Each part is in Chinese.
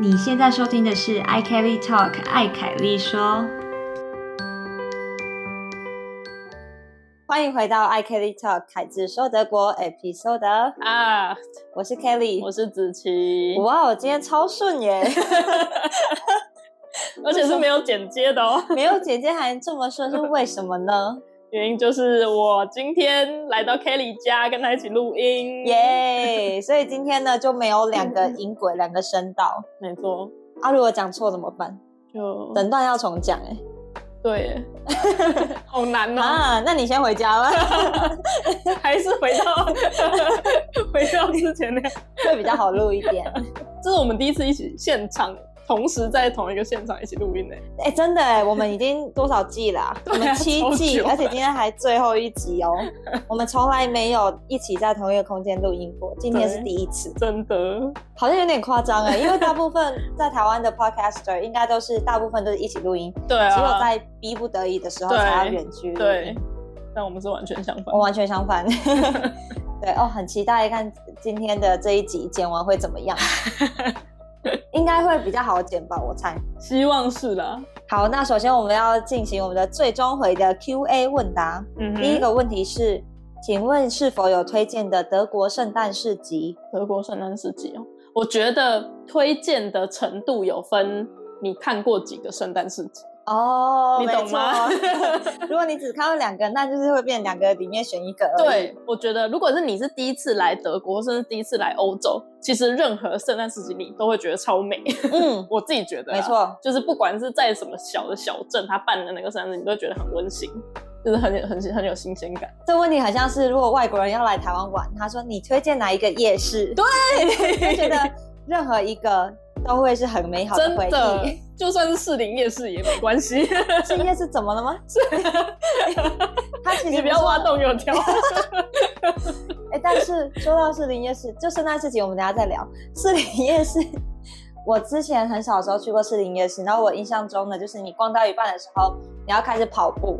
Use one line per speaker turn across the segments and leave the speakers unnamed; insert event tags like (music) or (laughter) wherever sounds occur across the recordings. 你现在收听的是《i Kelly Talk》艾凯丽说。
欢迎回到《i Kelly Talk》凯子说德国 episode， (laughs)
啊，
我是 Kelly。
我是子琪，
哇，我今天超顺耶， (laughs)
而且是没有剪接的哦。
没有姐姐还这么顺，是为什么
(laughs)
呢？
原因就是我今天来到 Kelly 家，跟她一起录音。
耶、所以今天呢就没有两个音轨，两个声道
没错，
啊。如果讲错怎么办？
就
整段要重讲
(laughs)
哎、
对
(laughs)
耶，好难哦，
啊，那你先回家吧，
(laughs) 还是回
(laughs)
到回到之前那样。
会比较好录一点。
这是我们第一次一起现场，同时在同一个现场一起录音呢。
哎、真的哎、我们已经多少季啦、
(laughs) 对啊
我们七季，
超久了
而且今天还最后一集
(laughs)
哦。我们从来没有一起在同一个空间录音过，今天是
对
第一次。
真的，
好像有点夸张哎，因为大部
(laughs)
分在台湾的 podcaster 应该都是大部分都是一起录音，
对
只有
啊，
在逼不得已的时候
对
才要远距录
对
音。，
但我们是完全相反
我。完全相
(laughs)
反。对哦，很期待看今天的这一集剪完会怎么
(laughs)
样，应该会比较好剪吧，我猜。
希望是啦，
好，那首先我们要进行我们的最终回的 Q&A 问答。
嗯哼
第一个问题是，请问是否有推荐的德国圣诞市集？
德国圣诞市集哦，我觉得推荐的程度有分，你看过几个圣诞市集？
哦，
你
没
懂吗
错 (laughs) 如果你只看到两个，那就是会变两个里面选一个而已。
对，我觉得如果是你是第一次来德国，甚至第一次来欧洲，其实任何圣诞市集你都会觉得超美。 (laughs)
嗯，
我自己觉得、啊
没，错，
就是不管是在什么小的小镇，他办的那个圣诞市集，你都会觉得很温馨，就是很有很很有新鲜感。
这问题很像是如果外国人要来台湾玩，他说你推荐哪一个夜市？对，就觉得任何一个都会是很美好
真
的回 (laughs)
的
忆。，
就算是士林夜市也没
(laughs)
关系，
这夜市怎么了吗？是， (laughs) 他其实
你不要
说
挖。洞给我跳。
哎、但是说到士林夜市，就圣诞市集，我们等一下再聊。士林夜市，我之前很小的时候去过士林夜市，然后我印象中呢，就是你逛到一半的时候，你要开始跑步。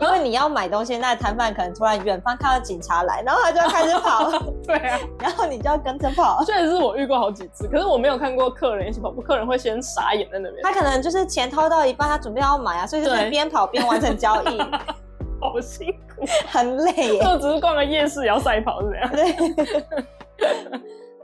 因为你要买东西，那摊贩可能突然远方看到警察来，然后他就要开始跑，
(laughs) 对啊，
(laughs) 然后你就要跟着跑。
确实是我遇过好几次，可是我没有看过客人一起跑步，客人会先傻眼在那边，
他可能就是钱掏到一半，他准备要买啊，所以就是
对
边跑边完成交易，
好辛苦，
很累耶。 (laughs)
就只是逛个夜市也要赛跑是这样。 (laughs)
对。 (laughs)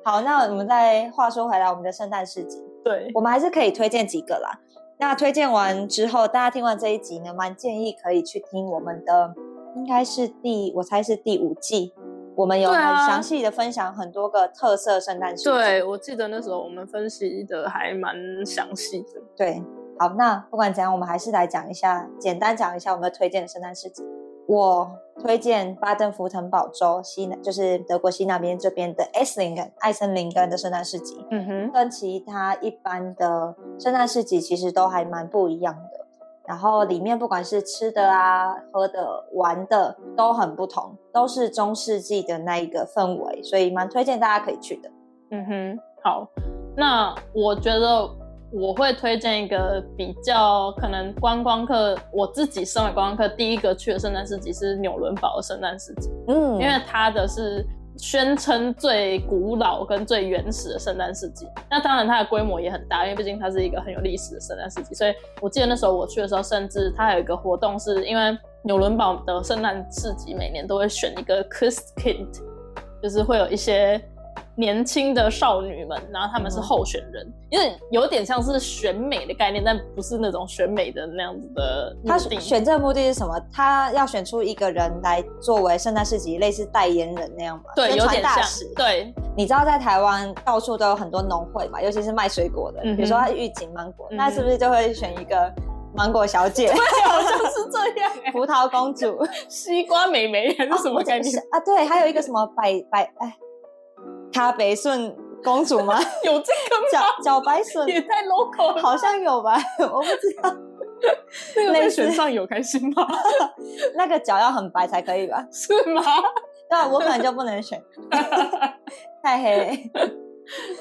好，那我们再话说回来，我们的圣诞市集，
对，
我们还是可以推荐几个啦。那推荐完之后，大家听完这一集呢，蛮建议可以去听我们的，应该是第，我猜是第五季，我们有
对
很
啊
详细的分享很多个特色圣诞市集。
对，啊我记得那时候我们分析的还蛮详细的。
对，好，那不管怎样，我们还是来讲一下，简单讲一下我们推荐的圣诞市集。我推荐巴登符腾堡州西南，就是德国西南边这边的 S 林根、艾森林根的圣诞市集，
嗯哼，
跟其他一般的圣诞市集其实都还蛮不一样的。然后里面不管是吃的啊、喝的、玩的都很不同，都是中世纪的那一个氛围，所以蛮推荐大家可以去的。
嗯哼，好，那我觉得我会推荐一个比较可能观光客，我自己身为观光客第一个去的圣诞市集是纽伦堡的圣诞市集，
嗯，
因为它的是宣称最古老跟最原始的圣诞市集。那当然它的规模也很大，因为毕竟它是一个很有历史的圣诞市集。所以我记得那时候我去的时候，甚至它还有一个活动是，因为纽伦堡的圣诞市集每年都会选一个 Christkind，就是会有一些。年轻的少女们，然后她们是
嗯
候选人，因为有点像是选美的概念，但不是那种选美的那样子的目
他
的。
选这个目的是什么？他要选出一个人来作为圣诞市集类似代言人那样嘛？
对，
宣
有
传
点
大
像
使。，
对，
你知道在台湾到处都有很多农会嘛，尤其是卖水果的，
嗯哼
比如说他预警芒果，
嗯哼
那是不是就会选一个芒果小姐、
好像啊是这样、欸。
葡萄公主？
西瓜美眉还是什么概念？
是 (laughs) 啊，对，还有一个什么百百哎，卡北顺公主吗？ (laughs)
(laughs) 有这个
脚
吗？
脚白笋
也太 local 了吧，
好像有吧， (laughs) 我不知道。
那个
类
被
似
选上有开心吗？
那个脚要很白才可以吧？
(laughs) 是吗？
那我可能就不能
(laughs)
选，太黑。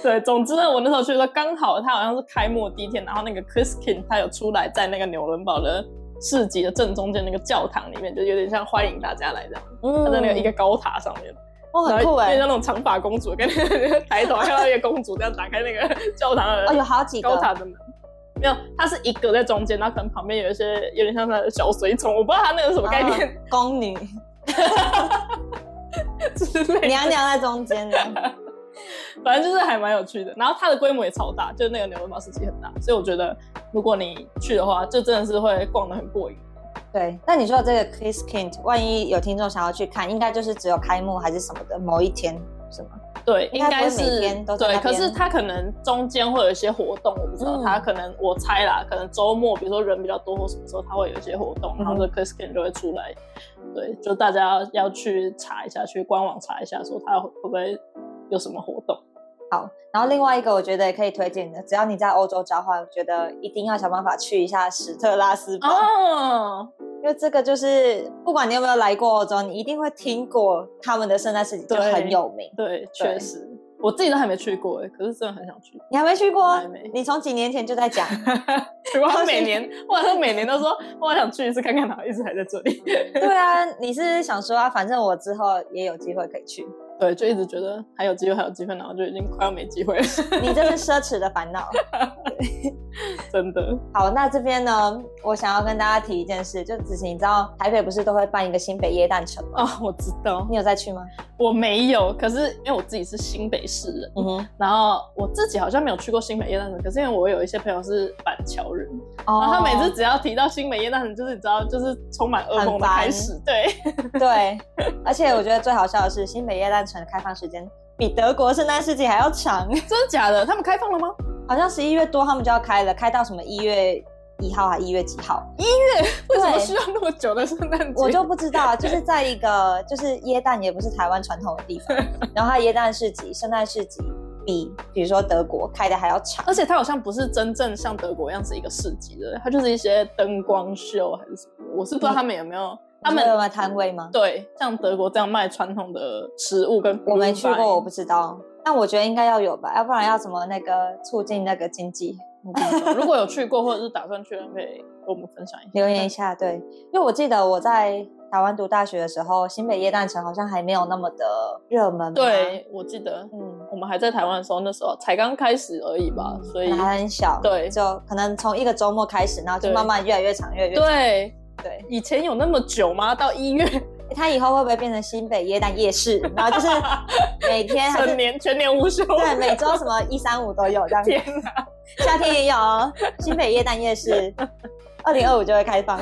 对，总之呢，我那时候去的时候刚好他好像是开幕第一天，然后那个 Chris King 他有出来在那个纽伦堡的市集的正中间那个教堂里面，就有点像欢迎大家来这样，
嗯
他在那个一个高塔上面。
哦，
然
很酷
后
哎、
那种长发公主，跟那个抬头看到一个公主这样打开那个教堂的
(laughs) 哦，有好几
高塔
个，
的门。没有，它是一个在中间，然后可能旁边有一些有点像它的小随从，我不知道它那个什么概念、
啊宫女
(laughs) 之类的。
娘娘在中间的，
反正就是还蛮有趣的。然后它的规模也超大，就是那个牛顿马斯基很大，所以我觉得如果你去的话，就真的是会逛得很过瘾。
对。那你说的这个 Kiss Kind，万一有听众想要去看，应该就是只有开幕还是什么的某一天是吗？
对，
应该
应该
不会每
是
天都在
对。
那
可
边
是它可能中间会有一些活动，我不知道。
嗯
它可能我猜啦，可能周末比如说人比较多或什么时候，它会有一些活动，
嗯
然后这 Chris Ken 就会出来。对，就大家要要去查一下，去官网查一下，说它会不会有什么活动。
好，然后另外一个我觉得也可以推荐的，只要你在欧洲交换，我觉得一定要想办法去一下史特拉斯堡，
哦，
因为这个就是不管你有没有来过欧洲，你一定会听过他们的圣诞市集，就
对
很有名。
对，确实，我自己都还没去过哎，可是真的很想去。
你还没去过
还没？
你从几年前就在
(laughs)
讲，
我好像每年，或者是每年都说，我好想去一次看看，然后一直还在这里。
对啊，你是想说啊，反正我之后也有机会可以去，
对，就一直觉得还有机会，还有机会，然后就已经快要没机会了， (laughs)
你这是奢侈的烦恼。
真的。
好，那这边呢，我想要跟大家提一件事，就子晴，你知道台北不是都会办一个新北耶诞城吗？
哦，我知道，
你有再去吗？
我没有，可是因为我自己是新北市人，
嗯哼，
然后我自己好像没有去过新北夜诞城，可是因为我有一些朋友是板桥人，
哦
啊然后他每次只要提到新北夜诞城，就是你知道，就是充满噩梦的开始，对， (laughs)
对，而且我觉得最好笑的是，新北夜诞城的开放时间比德国圣诞市集还要长，
真的假的？他们开放了吗？
好像十一月多他们就要开了，开到什么一月一号还一月几号，
为什么
对
需要那么久的圣诞节？
我就不知道。就是在一个就是耶诞也不是台湾传统的地方，然后它耶诞市集、圣诞市集比比如说德国开的还要长，
而且它好像不是真正像德国一样是一个市集的，它就是一些灯光秀还是什么的，我是不知道他们嗯有没有，他
你有
们
没有摊位吗？
对像德国这样卖传统的食物跟
我没去
Glühwein
过，我不知道。但我觉得应该要有吧，要不然要怎么那个促进那个经济？
我不知道如果有去过或者是打算去的人，可以跟我们分享一下。
留言一下，对，因为我记得我在台湾读大学的时候，新北耶诞城好像还没有那么的热门。，
(laughs) 对，我记得
嗯，
我们还在台湾的时候，那时候才刚开始而已吧，所以
可能还很小，
对
就可能从一个周末开始，然后就
对
慢慢越来越长，越来越长。
对，
对，
以前有那么久吗？到一月
它以后会不会变成新北耶诞夜市？然后就是每
(laughs)
天还
整
是
年全年无休，
对每周什么一三五都有这样，
天哪！
夏天也有哦新北耶诞夜
(laughs)
市，二零二五就会开放。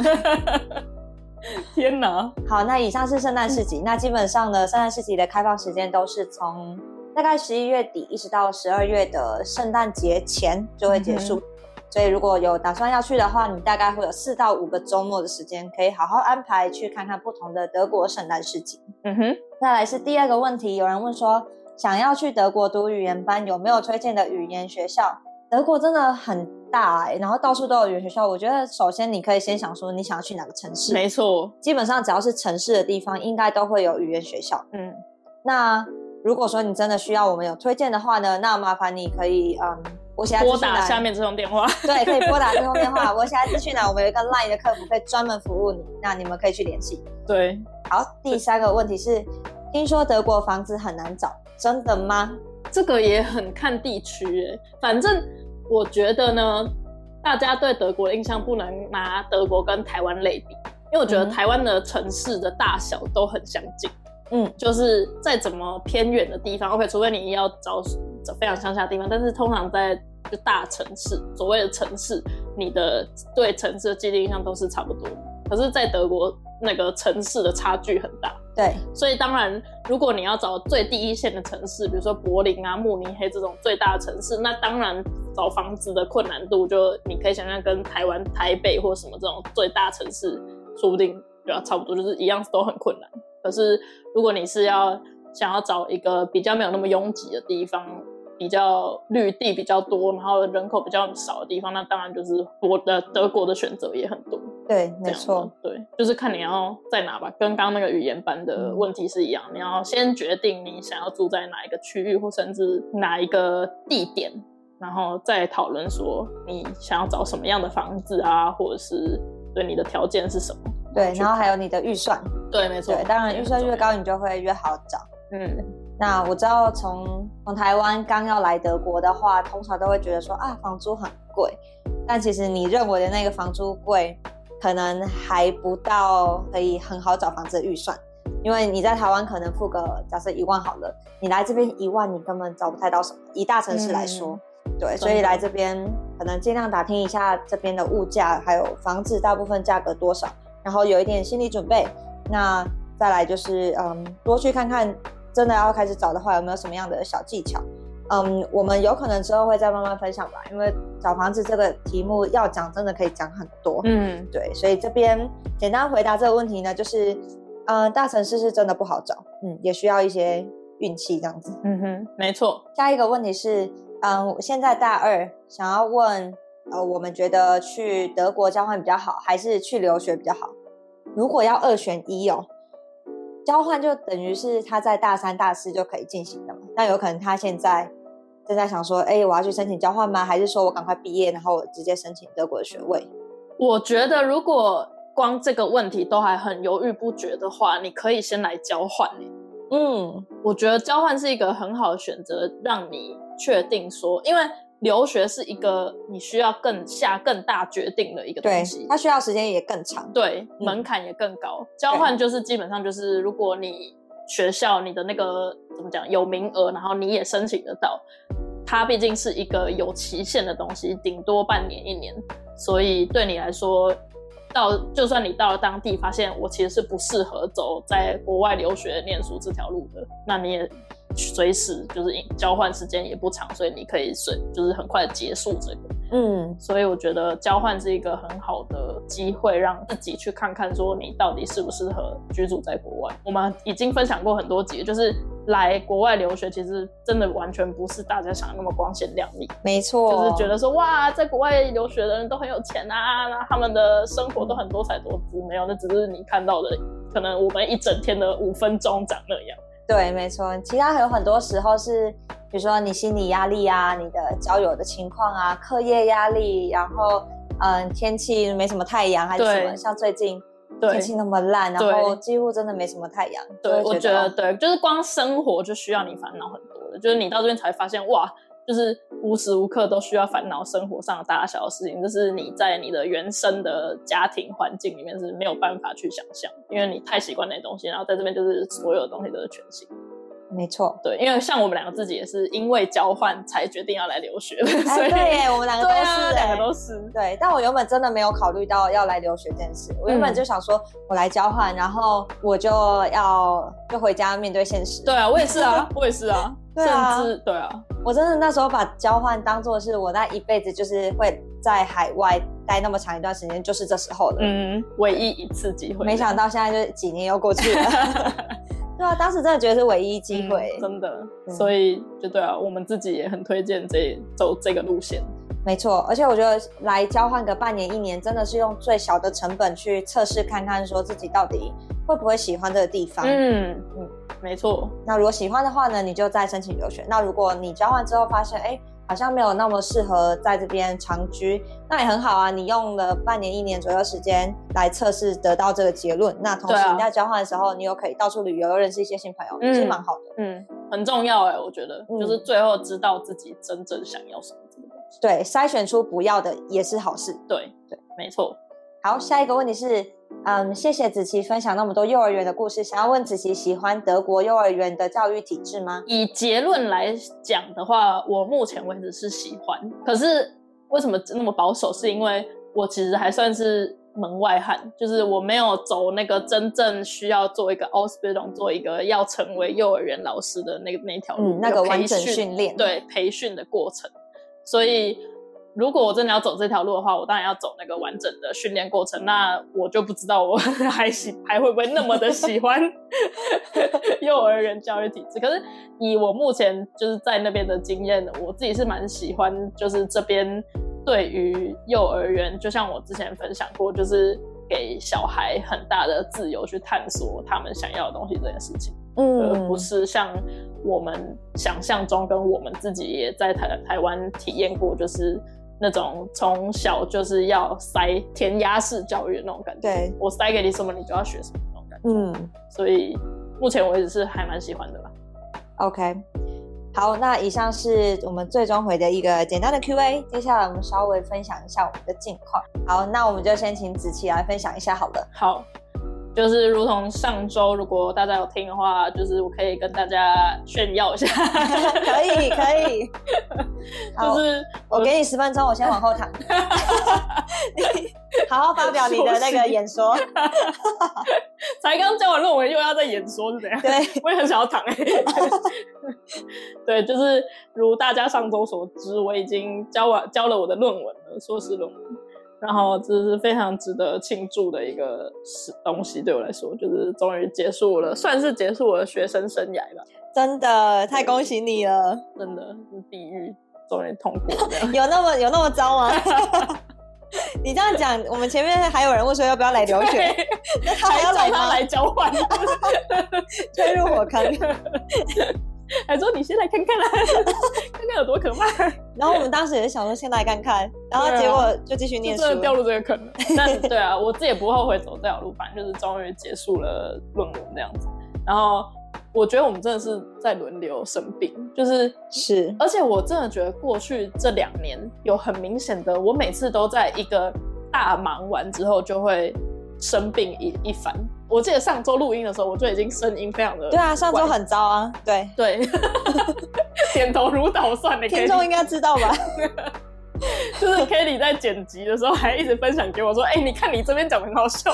天哪！
好，那以上是圣诞市集。那基本上呢，圣诞市集的开放时间都是从大概十一月底一直到十二月的圣诞节前就会结束。所以如果有打算要去的话，你大概会有四到五个周末的时间，可以好好安排去看看不同的德国圣诞市集。
嗯哼，
再来是第二个问题，有人问说，想要去德国读语言班，有没有推荐的语言学校？德国真的很大、欸，然后到处都有语言学校。我觉得首先你可以先想说你想要去哪个城市，
没错，
基本上只要是城市的地方，应该都会有语言学校。
嗯，
那如果说你真的需要我们有推荐的话呢，那麻烦你可以嗯，我现在
拨
资讯
打
栏
下，面这种电话。 (laughs)
对，可以拨打这通电话。我现在资讯栏我们有一个 LINE 的客服可以专门服务你，那你们可以去联系。
对，
好，第三个问题是，听说德国房子很难找，真的吗？
这个也很看地区耶。反正我觉得呢，大家对德国的印象不能拿德国跟台湾类比，因为我觉得
嗯
台湾的城市的大小都很相近。
嗯，
就是再怎么偏远的地方，OK，除非你要找找非常乡下的地方，但是通常在就大城市，所谓的城市，你的对城市的既定印象都是差不多的。可是，在德国那个城市的差距很大，
对，
所以当然，如果你要找最第一线的城市，比如说柏林啊、慕尼黑这种最大的城市，那当然找房子的困难度就你可以想象跟台湾台北或什么这种最大城市，说不定对啊，差不多就是一样都很困难。可是如果你是要想要找一个比较没有那么拥挤的地方，比较绿地比较多，然后人口比较少的地方，那当然就是我的德国的选择也很多。
对，
这
没
样的
错，，
对，就是看你要在哪吧，跟刚刚那个语言班的问题是一样，你要先决定你想要住在哪一个区域，或甚至哪一个地点，然后再讨论说你想要找什么样的房子啊，或者是对你的条件是什么。
对。
去
然后还有你的预算，
对，没错
对，，当然预
也很
算
重
越
要，
高，你就会越好找。嗯，那我知道从从台湾刚要来德国的话，通常都会觉得说啊，房租很贵，但其实你认为的那个房租贵，可能还不到可以很好找房子的预算。因为你在台湾可能付个假设一万好了，你来这边一万，你根本找不太到什么。以大城市来说，对，所以来这边可能尽量打听一下这边的物价，还有房子大部分价格多少，然后有一点心理准备。那再来就是，嗯，多去看看，真的要开始找的话，有没有什么样的小技巧？嗯，我们有可能之后会再慢慢分享吧，因为找房子这个题目要讲，真的可以讲很多。
嗯，
对，所以这边简单回答这个问题呢，就是，呃，大城市是真的不好找，嗯，也需要一些运气这样子。
嗯哼，没错。
下一个问题是，嗯、我现在大二，想要问，呃，我们觉得去德国交换比较好，还是去留学比较好？如果要二选一哦，交换就等于是他在大三、大四就可以进行的嘛。那有可能他现在正在想说，哎、我要去申请交换吗？还是说我赶快毕业，然后我直接申请德国的学位？
我觉得如果光这个问题都还很犹豫不决的话，你可以先来交换欸、
嗯
我觉得交换是一个很好的选择，让你确定说，因为留学是一个你需要更下更大决定的一个
对
东西，，
他需要时间也更长。
对，
嗯
门槛也更高。交换就是基本上就是，如果你学校你的那个怎么讲有名额，然后你也申请得到，它毕竟是一个有期限的东西，顶多半年一年，所以对你来说。到就算你到了当地，发现我其实是不适合走在国外留学念书这条路的，那你也随时就是交换时间也不长，所以你可以随就是很快地结束这个。
嗯，
所以我觉得交换是一个很好的机会，让自己去看看说你到底适不适合居住在国外。我们已经分享过很多集，就是来国外留学，其实真的完全不是大家想的那么光鲜亮丽，
没错，
就是觉得说哇，在国外留学的人都很有钱啊，然后他们的生活都很多彩多姿，没有，那只是你看到的，可能我们一整天的五分钟长那样。
对，没错。其他还有很多时候是，比如说你心理压力啊，你的交友的情况啊，课业压力，然后嗯，天气没什么太阳还是什么，
对
像最近
对
天气那么烂，然
对
后几乎真的没什么太阳，就
对，
会
我觉
觉
得
哦
对，就是光生活就需要你烦恼很多的，就是你到这边才发现哇，就是无时无刻都需要烦恼生活上的大小事情，这是你在你的原生的家庭环境里面是没有办法去想象，因为你太习惯那些东西，然后在这边就是所有东西都是全新。
没
(laughs)
错。
对，因为像我们两个自己也是因为交换才决定要来留学的，所
哎，
以
对耶，我们两个都
(laughs) 对
是哎
啊，
耶，
两个都是。
对，但我原本真的没有考虑到要来留学这件事，我原本
嗯
就想说我来交换，然后我就要就回家面对现实。
对啊，我也是啊，我也是啊，
(laughs) 对啊
甚至对啊，
我真的那时候把交换当做是我那一辈子就是会在海外待那么长一段时间，就是这时候了。
嗯，唯一一次机会，
没想到现在就是几年又过去了。
(laughs)
对啊，当时真的觉得是唯一机会
嗯，真的。
嗯
所以就对啊，我们自己也很推荐这走这个路线。
没错。而且我觉得来交换个半年一年，真的是用最小的成本去测试看看，说自己到底会不会喜欢这个地方。
嗯嗯，没错，
那如果喜欢的话呢，你就再申请留学。那如果你交换之后发现，哎，好像没有那么适合在这边长居，那也很好啊。你用了半年、一年左右时间来测试得到这个结论。那同
对
时
啊
你在交换的时候，你又可以到处旅游，又认识一些新朋友，
嗯
其实蛮好的。
嗯，很重要哎、我觉得、
嗯
就是最后知道自己真正想要什么这个东西。
对，筛选出不要的也是好事。
对
对，
没错。
好，下一个问题是，嗯，谢谢子琪分享那么多幼儿园的故事。想要问子琪，喜欢德国幼儿园的教育体制吗？
以结论来讲的话，我目前为止是喜欢，可是为什么那么保守？是因为我其实还算是门外汉，就是我没有走那个真正需要做一个 o s p i t a l 做一个要成为幼儿园老师的那个那条路，
嗯，那个
培
完整
训
训练，，
对培训的过程。所以，如果我真的要走这条路的话，我当然要走那个完整的训练过程。那我就不知道我 (laughs) 还喜还会不会那么的喜欢 (laughs) 幼儿园教育体制。可是以我目前就是在那边的经验，我自己是蛮喜欢，就是这边对于幼儿园，就像我之前分享过，就是。给小孩很大的自由去探索他们想要的东西这件事情。而
嗯，
不是像我们想象中跟我们自己也在台台湾体验过，就是那种从小就是要塞填鸭式教育的那种感觉。
对，
我塞给你什么，你就要学什么那种感觉。
嗯。
所以目前为止是还蛮喜欢的吧。
OK，好，那以上是我们最终回的一个简单的 Q&A。接下来我们稍微分享一下我们的近况。好，那我们就先请子琪来分享一下好
(laughs)
了。
好，就是如同上周，如果大家有听的话，就是我可以跟大家炫耀一下， (laughs)
可以，可以。 (laughs) 好，
就是
我给你十分钟，我先往后
(laughs)
躺。你好好发表你的那个演说。
才刚交完论文，又要在演说是怎样？
对，
我也很想要躺哎、 (laughs) 对，就是如大家上周所知，我已经交完交了我的论文了，硕士论文。然后这是非常值得庆祝的一个事东西，对我来说，就是终于结束了，算是结束我的学生生涯吧。
真的太恭喜你了！
真的是地狱，终于通过
(laughs)
这样。
有那么有那么糟
(laughs)
吗？你这样讲，我们前面还有人问说要不要来留学，
对
那他还
还
要
要
来
找他
吗？
来交换， (laughs)
推入火坑。
还说你先来看看啦， (laughs) 看看有多可怕。
然后我们当时也是想说先来看看，然后
对啊
结果就继续
就
念书
真。的掉入这个
(laughs)
坑了。但对啊，我自己也不后悔走这条路，反正就是终于结束了论文这样子。然后我觉得我们真的是在轮流生病，就是
是
而且我真的觉得过去这两年有很明显的，我每次都在一个大忙完之后就会生病一一番。我记得上周录音的时候，我就已经声音非常的
对啊，上周很糟啊，对，
对， (laughs) 点头如捣蒜
(laughs)
的
听
Kelly，
众应该知道吧？
就是 Kelly 在剪辑的时候还一直分享给我说：“哎、你看你这边讲得很好笑。”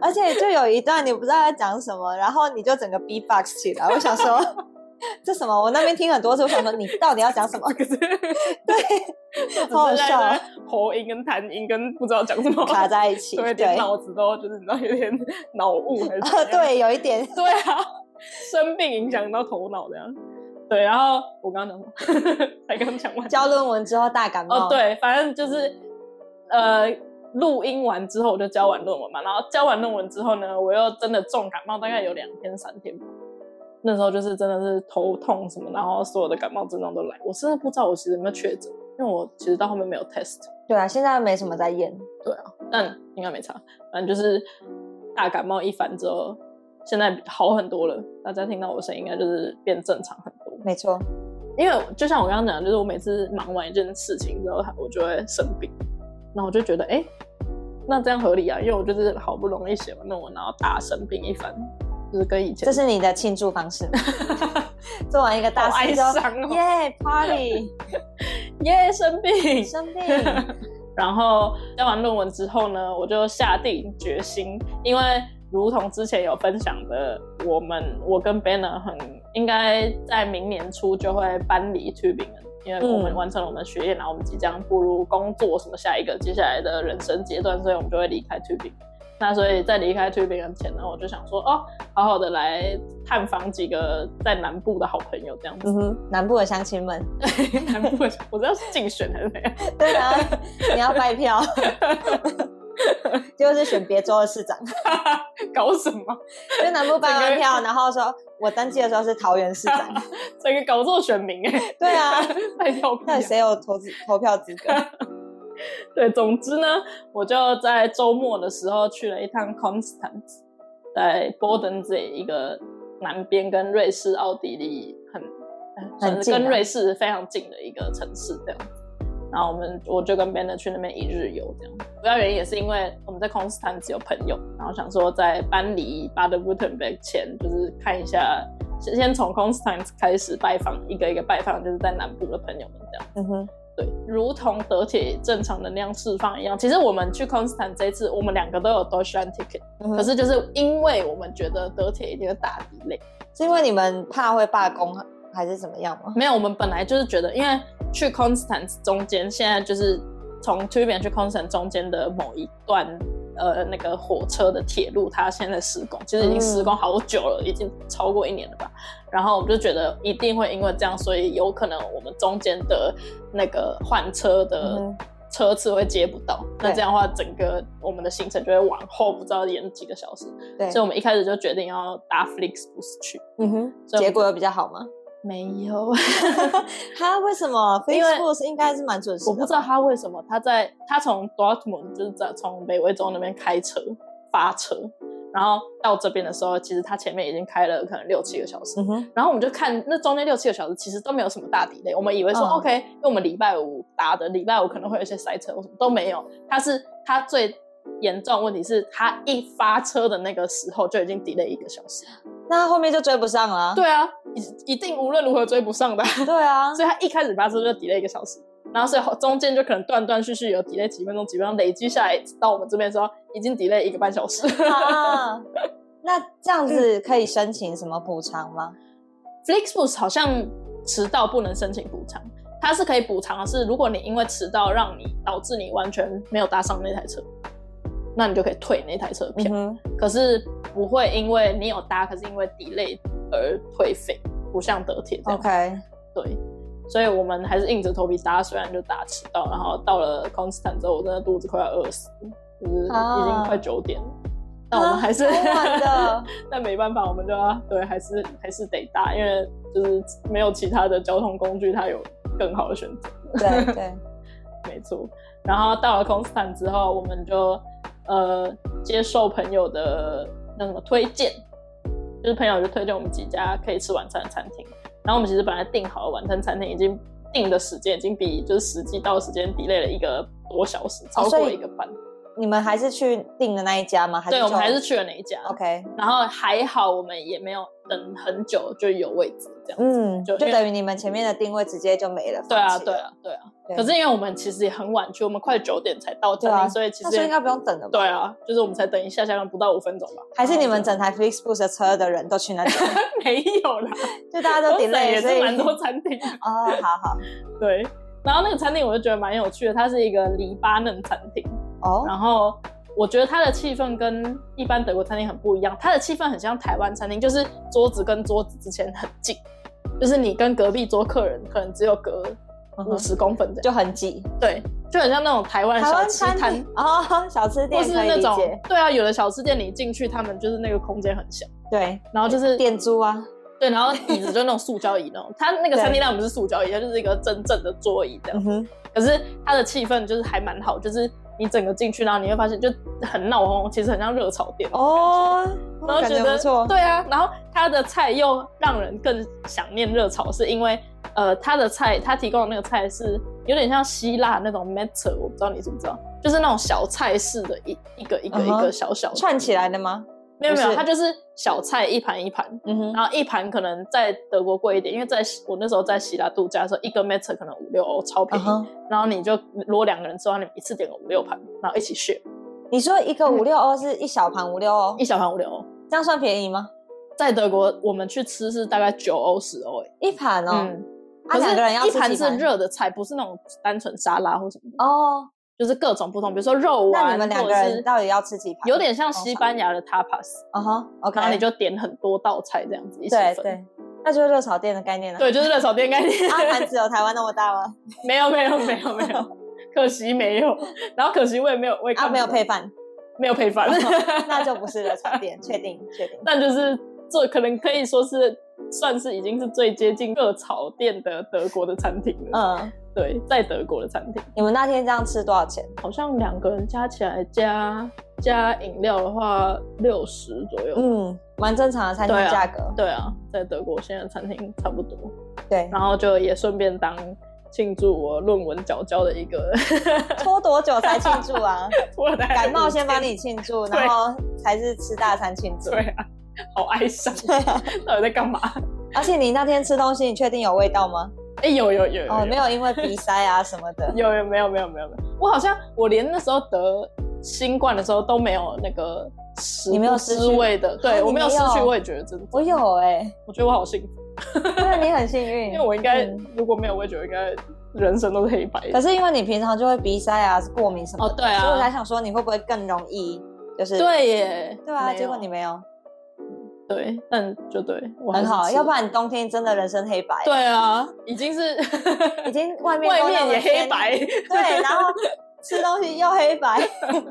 而且就有一段你不知道在讲什么，然后你就整个 B box 起来，我想说 (laughs) 这什么？我那边听很多次，我想说你到底要讲什么？
可
(laughs)
是
对，好好
只是在
笑
那
啊，
喉音跟痰音跟不知道讲什么
卡，在一起，
(laughs) 对，
对，
连脑子都就是你知道有点脑雾
(laughs)
还是怎
呃
样
(laughs) 对，有一点
对啊，生病影响到头脑这样。对，然后我刚刚讲什么？ (laughs) 才刚讲完。
交论文之后大感冒，
哦，对，反正就是呃，录音完之后我就交完论文嘛，然后交完论文之后呢，我又真的重感冒，大概有两天三天吧。那时候就是真的是头痛什么，然后所有的感冒症状都来，我真的不知道我其实有没有确诊，因为我其实到后面没有 test。
对啊，现在没什么在验，
但应该没差，反正就是大感冒一番之后，现在好很多了。大家听到我的声音，应该就是变正常很多。
没错，
因为就像我刚刚讲的，就是我每次忙完一件事情之后，我就会生病，然后我就觉得，哎、那这样合理啊，因为我就是好不容易写完论文，然后大生病一番，就是跟以前
这是你的庆祝方
(laughs)
式吗，做完一个大
好哀
事之后，
伤哦
耶，party
(laughs) 耶生病，
生
(laughs)
病，
然后交完论文之后呢，我就下定决心，因为如同之前有分享的，我们我跟 Banner 很应该在明年初就会搬离 t u b i n g 因为我们
嗯
完成了我们的学业，然后我们即将步入工作什么下一个接下来的人生阶段，所以我们就会离开 t u b i n g 嗯那所以在离开 t u b i n g 前呢，我就想说哦，好好的来探访几个在南部的好朋友，这样
(laughs)
子。
嗯哼，南部的乡亲们，
南部的，我知道是竞选还是怎样。
对啊， (laughs) 你要拜票，
(laughs)
就是选别州的市长，
搞什么？
就南部拜完
整
票，然后说我登记的时候是桃园市
(laughs)
长，
整个搞错选民哎、欸，
对啊，
(laughs) 太调皮
到
了
底。谁有投资投票资
(laughs)
格？
对，总之呢，我就在周末的时候去了一趟 Constance，在 Boden 这一个南边跟瑞士奥地利很呃算是
近啊
跟瑞士非常近的一个城市这样子。然后我们我就跟 Banner 去那边一日游这样，主要原因也是因为我们在 Constance 有朋友，然后想说在搬离 Baden-Württemberg 前，就是看一下，先先从 Constance 开始拜访一个一个拜访，就是在南部的朋友们这样。
嗯哼，
对，如同德铁正常能量释放一样，其实我们去 Constant 这一次，我们两个都有 Deutschland ticket，、
嗯哼
可是就是因为我们觉得德铁一定会打 d e
是因为你们怕会罢工啊还是怎么样吗？
没有，我们本来就是觉得，因为去 Constant 中间，现在就是从 t u b i n 去 Constant 中间的某一段，呃，那个火车的铁路，它现在施工，其实已经施工好久了，已经超过一年了吧。然后我们就觉得一定会因为这样，所以有可能我们中间的那个换车的
嗯
车次会接不到。那
对
这样的话，整个我们的行程就会往后不知道延几个小时。
对，
所以我们一开始就决定要搭 Flixbus 去。
嗯哼，
所以我们
结果有比较好吗？
没有。 (laughs)
他为什么
因为
Facebook 应该是蛮准时的
我
吧，
不知道他为什么他在他从 Dortmund 就是在从北威州那边开车发车，然后到这边的时候，其实它前面已经开了可能六七个小时，
嗯哼，
然后我们就看那中间六七个小时其实都没有什么大底类，我们以为说、
嗯
OK，因为我们礼拜五搭的，礼拜五可能会有一些塞车或什么都没有，它是它最严重的问题是它一发车的那个时候就已经 delay 一个小时，
那后面就追不上了啊。
对啊，一一定无论如何追不上的，所
对啊，
以它一开始发车就 delay 一个小时。然后，所以后中间就可能断断续续有 delay 几分钟、几分钟，累积下来到我们这边的时候，已经 delay 一个半小时。
啊， (laughs) 那这样子可以申请什么补偿吗？
(laughs) Flixbus 好像迟到不能申请补偿，它是可以补偿的是，如果你因为迟到让你导致你完全没有搭上那台车，那你就可以退那台车的
嗯
票。
哼，
可是不会因为你有搭，可是因为 delay 而退费，不像德铁这样。
，OK，
对，所以我们还是硬着头皮搭，虽然就搭迟到，然后到了康斯坦之后，我真的肚子快要饿死了，就是已经快九点了。但我们还是、
啊好晚
(laughs)
的
但没办法，我们就要对，还是还是得搭，因为就是没有其他的交通工具，它有更好的选择，
对对，
没错。然后到了康斯坦之后，我们就呃接受朋友的那什么推荐，就是朋友就推荐我们几家可以吃晚餐的餐厅。然后我们其实本来订好的晚餐餐厅已经订的时间已经比就是实际到的时间 delay 了一个多小时，超
所
过
以
一个半。
你们还是去订的那一家吗？哦还是哦
对，我
就
们还是去了那一家。
OK，
然后还好我们也没有等很久就有位置这样子。
嗯，
就
就等于你们前面的定位直接就没了。
对啊，
放弃
对
了，
啊，对啊。
对
可是因为我们其实也很晚去，我们快九点才到餐
对
厅，
啊
所以其
那
实
时候
也
应该不用等了吧？
对啊，就是我们才等一下下，可能不到五分钟吧。
还是你们
然
整台 Flixbus 的车的人都去
(laughs)
那里，
后就没有啦？
就大 (laughs) 家都
我省
delay，
也
所
是
以
蛮多餐厅的。
哦，好好
对，然后那个餐厅我就觉得蛮有趣的，它是一个黎巴嫩餐厅，
哦，
然后我觉得它的气氛跟一般德国餐厅很不一样，它的气氛很像台湾餐厅，就是桌子跟桌子之间很近，就是你跟隔壁桌客人可能只有隔
嗯
五
哼
十公分这样，
就很挤。
对，就很像那种台湾
台
小
湾
吃
餐
摊
厅。哦，小吃
或
店
是
可以
那
理
种
解，
对啊，有的小吃店你进去，他们就是那个空间很小，
对，
然后就是
店租啊，
对，然后椅子就那种塑胶椅那种，它那个
对
餐厅那不是塑胶椅，它就是一个真正的桌椅这样
嗯。哼，
可是它的气氛就是还蛮好，就是你整个进去，然后你会发现就很闹哄哄，其实很像热炒店，
哦，
然后
感
觉
觉
得
不错，
对啊，然后它的菜又让人更想念热炒，是因为呃，它的菜它提供的那个菜是有点像希腊那种 mezzo，我不知道你知不知道，就是那种小菜式的一一个一个一
嗯
个
哼
小小的
串起来的吗？
没有没
不
有，
是
它就是小菜一盘一盘，
嗯哼，
然后一盘可能在德国贵一点，因为在我那时候在希腊度假的时候，一个 mezzo 可能五六欧，超
嗯
便宜。
哼，
然后你就如果两个人吃完，你们一次点个五六盘，然后一起 share
你说一个五六欧是一小盘五六欧
一，小盘五六欧。
这样算便宜吗？
在德国，我们去吃是大概九欧十欧诶，
一盘哦，
嗯，
啊，
可是
两个人要
一
吃
盘
几
是热的菜，不是那种单纯沙拉或什么的，
哦，
就是各种不同，比如说肉丸，
那你们两个
或者是
人到底哦要吃几盘？
有点像西班牙的 tapas，
嗯哼，OK，
然后你就点很多道菜这样子一起
对
分，
对，那就是热炒店的概念了。，
对就是热炒店概念。
啊，盘子有台湾那么大吗？
没有没有没有没有，可惜没有。然后可惜我也没有，我 (laughs) 也看
啊，
不
没有
懂
配饭，
没有配饭，
那就不是热炒店，确定确定。
(laughs) 但就是这可能可以说是算是已经是最接近热炒店的德国的餐厅了。
嗯，
对，在德国的餐厅，
你们那天这样吃多少钱？
好像两个人加起来加加饮料的话六十左右。
嗯，蛮正常的餐厅
对啊
价格。
对啊，在德国现在餐厅差不多，
对，
然后就也顺便当庆祝我论文缴交的一个 (laughs)
拖多久才庆祝啊？
我
(laughs)
的
感冒先帮你庆祝，
对
然后才是吃大餐庆祝。
对啊，好哀伤，
对啊，
到底在干嘛？
(laughs) 而且你那天吃东西，你确定有味道吗？
哎、有有有有
哦，没有，因为鼻塞啊什么的。
有有没有没有没有没有，我好像我连那时候得新冠的时候都没有那个食
你没有
不
失
知
去
味的，对、
啊
我
你
没有
没
失去
有
味觉，真的，
我有哎，
我觉得我好幸福，
那你很幸运，
(laughs) 因为我应该、
嗯
如果没有味觉，我应该人生都是黑白的
可。是因为你平常就会鼻塞啊、过敏什么的，
哦对啊
所以我才想说你会不会更容易就是
对耶，
对啊，
没有
结果你没有，
对，但就对，我还
很
是
好，啊
吃
要不然你冬天真的人生黑白，，
对啊，已经是
(laughs) 已经外面
外
都那
面
么
也黑
天
白，
对，然后吃东西又黑白，
(laughs)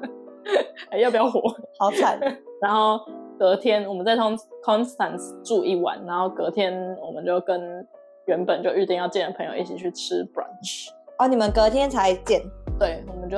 还要不要活？
好惨，
然后隔天我们在 Con- Constance 住一晚，然后隔天我们就跟原本就预定要见的朋友一起去吃 brunch。
哦，你们隔天才见，
对，我们就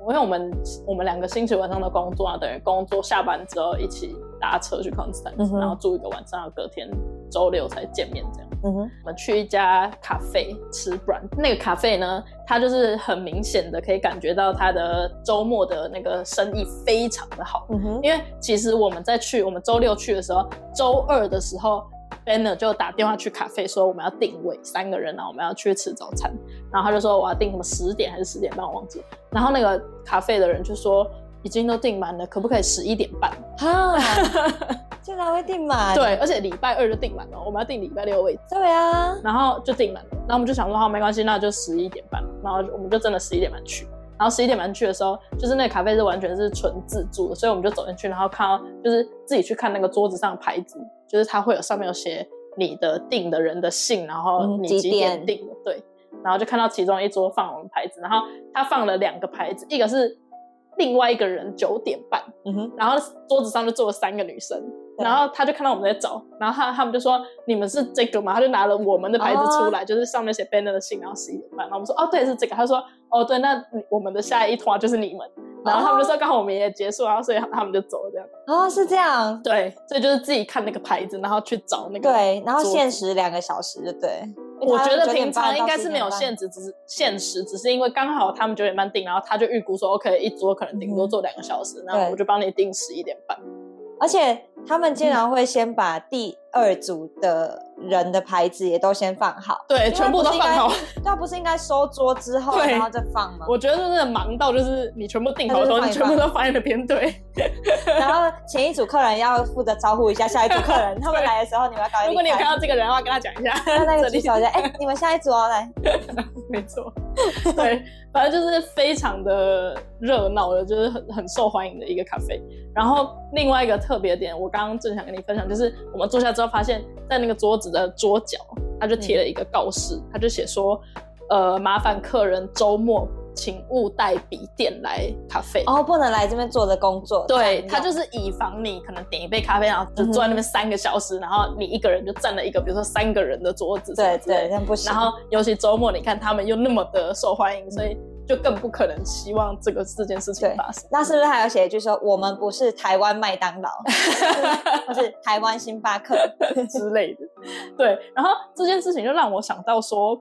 因为我们我们两个星期晚上的工作啊，等于工作下班之后一起搭车去 Constance，、
嗯哼
然后住一个晚上，隔天周六才见面这样。
嗯哼，
我们去一家咖啡吃 brunch，那个咖啡呢，它就是很明显的可以感觉到它的周末的那个生意非常的好，
嗯哼，
因为其实我们在去我们周六去的时候，周二的时候。Banner 就打电话去咖啡说我们要定位三个人啊，然后我们要去吃早餐。然后他就说我要定什么十点还是十点半，我忘记了。然后那个咖啡的人就说已经都订满了，可不可以十一点半？
(laughs) 哈，竟然会订满，
对，而且礼拜二就订满了，我们要订礼拜六的位置。
对啊，
然后就订满了。然后我们就想说，好，没关系，那就十一点半。然后我们就真的十一点半去。然后十一点半去的时候，就是那个咖啡是完全是纯自助的，所以我们就走进去，然后看到就是自己去看那个桌子上的牌子，就是它会有上面有写你的订的人的姓，然后
嗯
你
几
几点
点
订的，对。然后就看到其中一桌放我们牌子，然后他放了两个牌子，一个是另外一个人九点半，
嗯哼，
然后桌子上就坐了三个女生，
对
然后他就看到我们在找，然后他他们就说你们是这个吗？他就拿了我们的牌子出
哦
来，就是上面写 banner 的信，然后十一点半，然后我们说哦对是这个，他说哦对，那你我们的下一团就是你们，然后他们就说刚好我们也结束，然后所以他们就走了这样，
哦，是这样，
对，所以就是自己看那个牌子，然后去找那个
对，然后
桌子
限。时两个小时，就对。
我觉得平常应该是没有
限
限制，只是限时，只是因为刚好他们九点半订，然后他就预估说 OK 一桌可能顶多
嗯
坐两个小时，然后
对
我就帮你订十一点半。
而且他们竟然会先把第二组的人的牌子也都先放好，
对，全部都放好。
那不是应该收桌之后
对
然后再放吗？
我觉得真的忙到就是你全部定好的时候，
他
你
就是
全
放一
部
放
都放在那边对，
然后前一组客人要负责招呼一下下一组客
(laughs)
人，他们来的时候你们要赶快
如果你
离
有
开
看到这个人的话，跟他讲一下。 (laughs)
那那个
这里
举手一下，哎、你们下一组哦，来，
没错，对，反正就是非常的热闹的，就是很很受欢迎的一个咖啡。然后另外一个特别点，我刚刚正想跟你分享，就是我们坐下之后发现，在那个桌子的桌角，他就贴了一个告示，他就写说，呃，麻烦客人周末请勿带笔电来咖啡。
哦，不能来这边坐着工作，这样
对他就是以防你可能点一杯咖啡，然后就坐在那边三个小时，然后你一个人就占了一个，比如说三个人的桌子，
对对，这。样不行。
然后尤其周末，你看他们又那么的受欢迎，所以就更不可能希望这个这件事情
对
发生。
那是不是还有写一句说我们不是台湾麦当劳，或是台湾星巴克？
(laughs) 之类的。对，然后这件事情就让我想到说，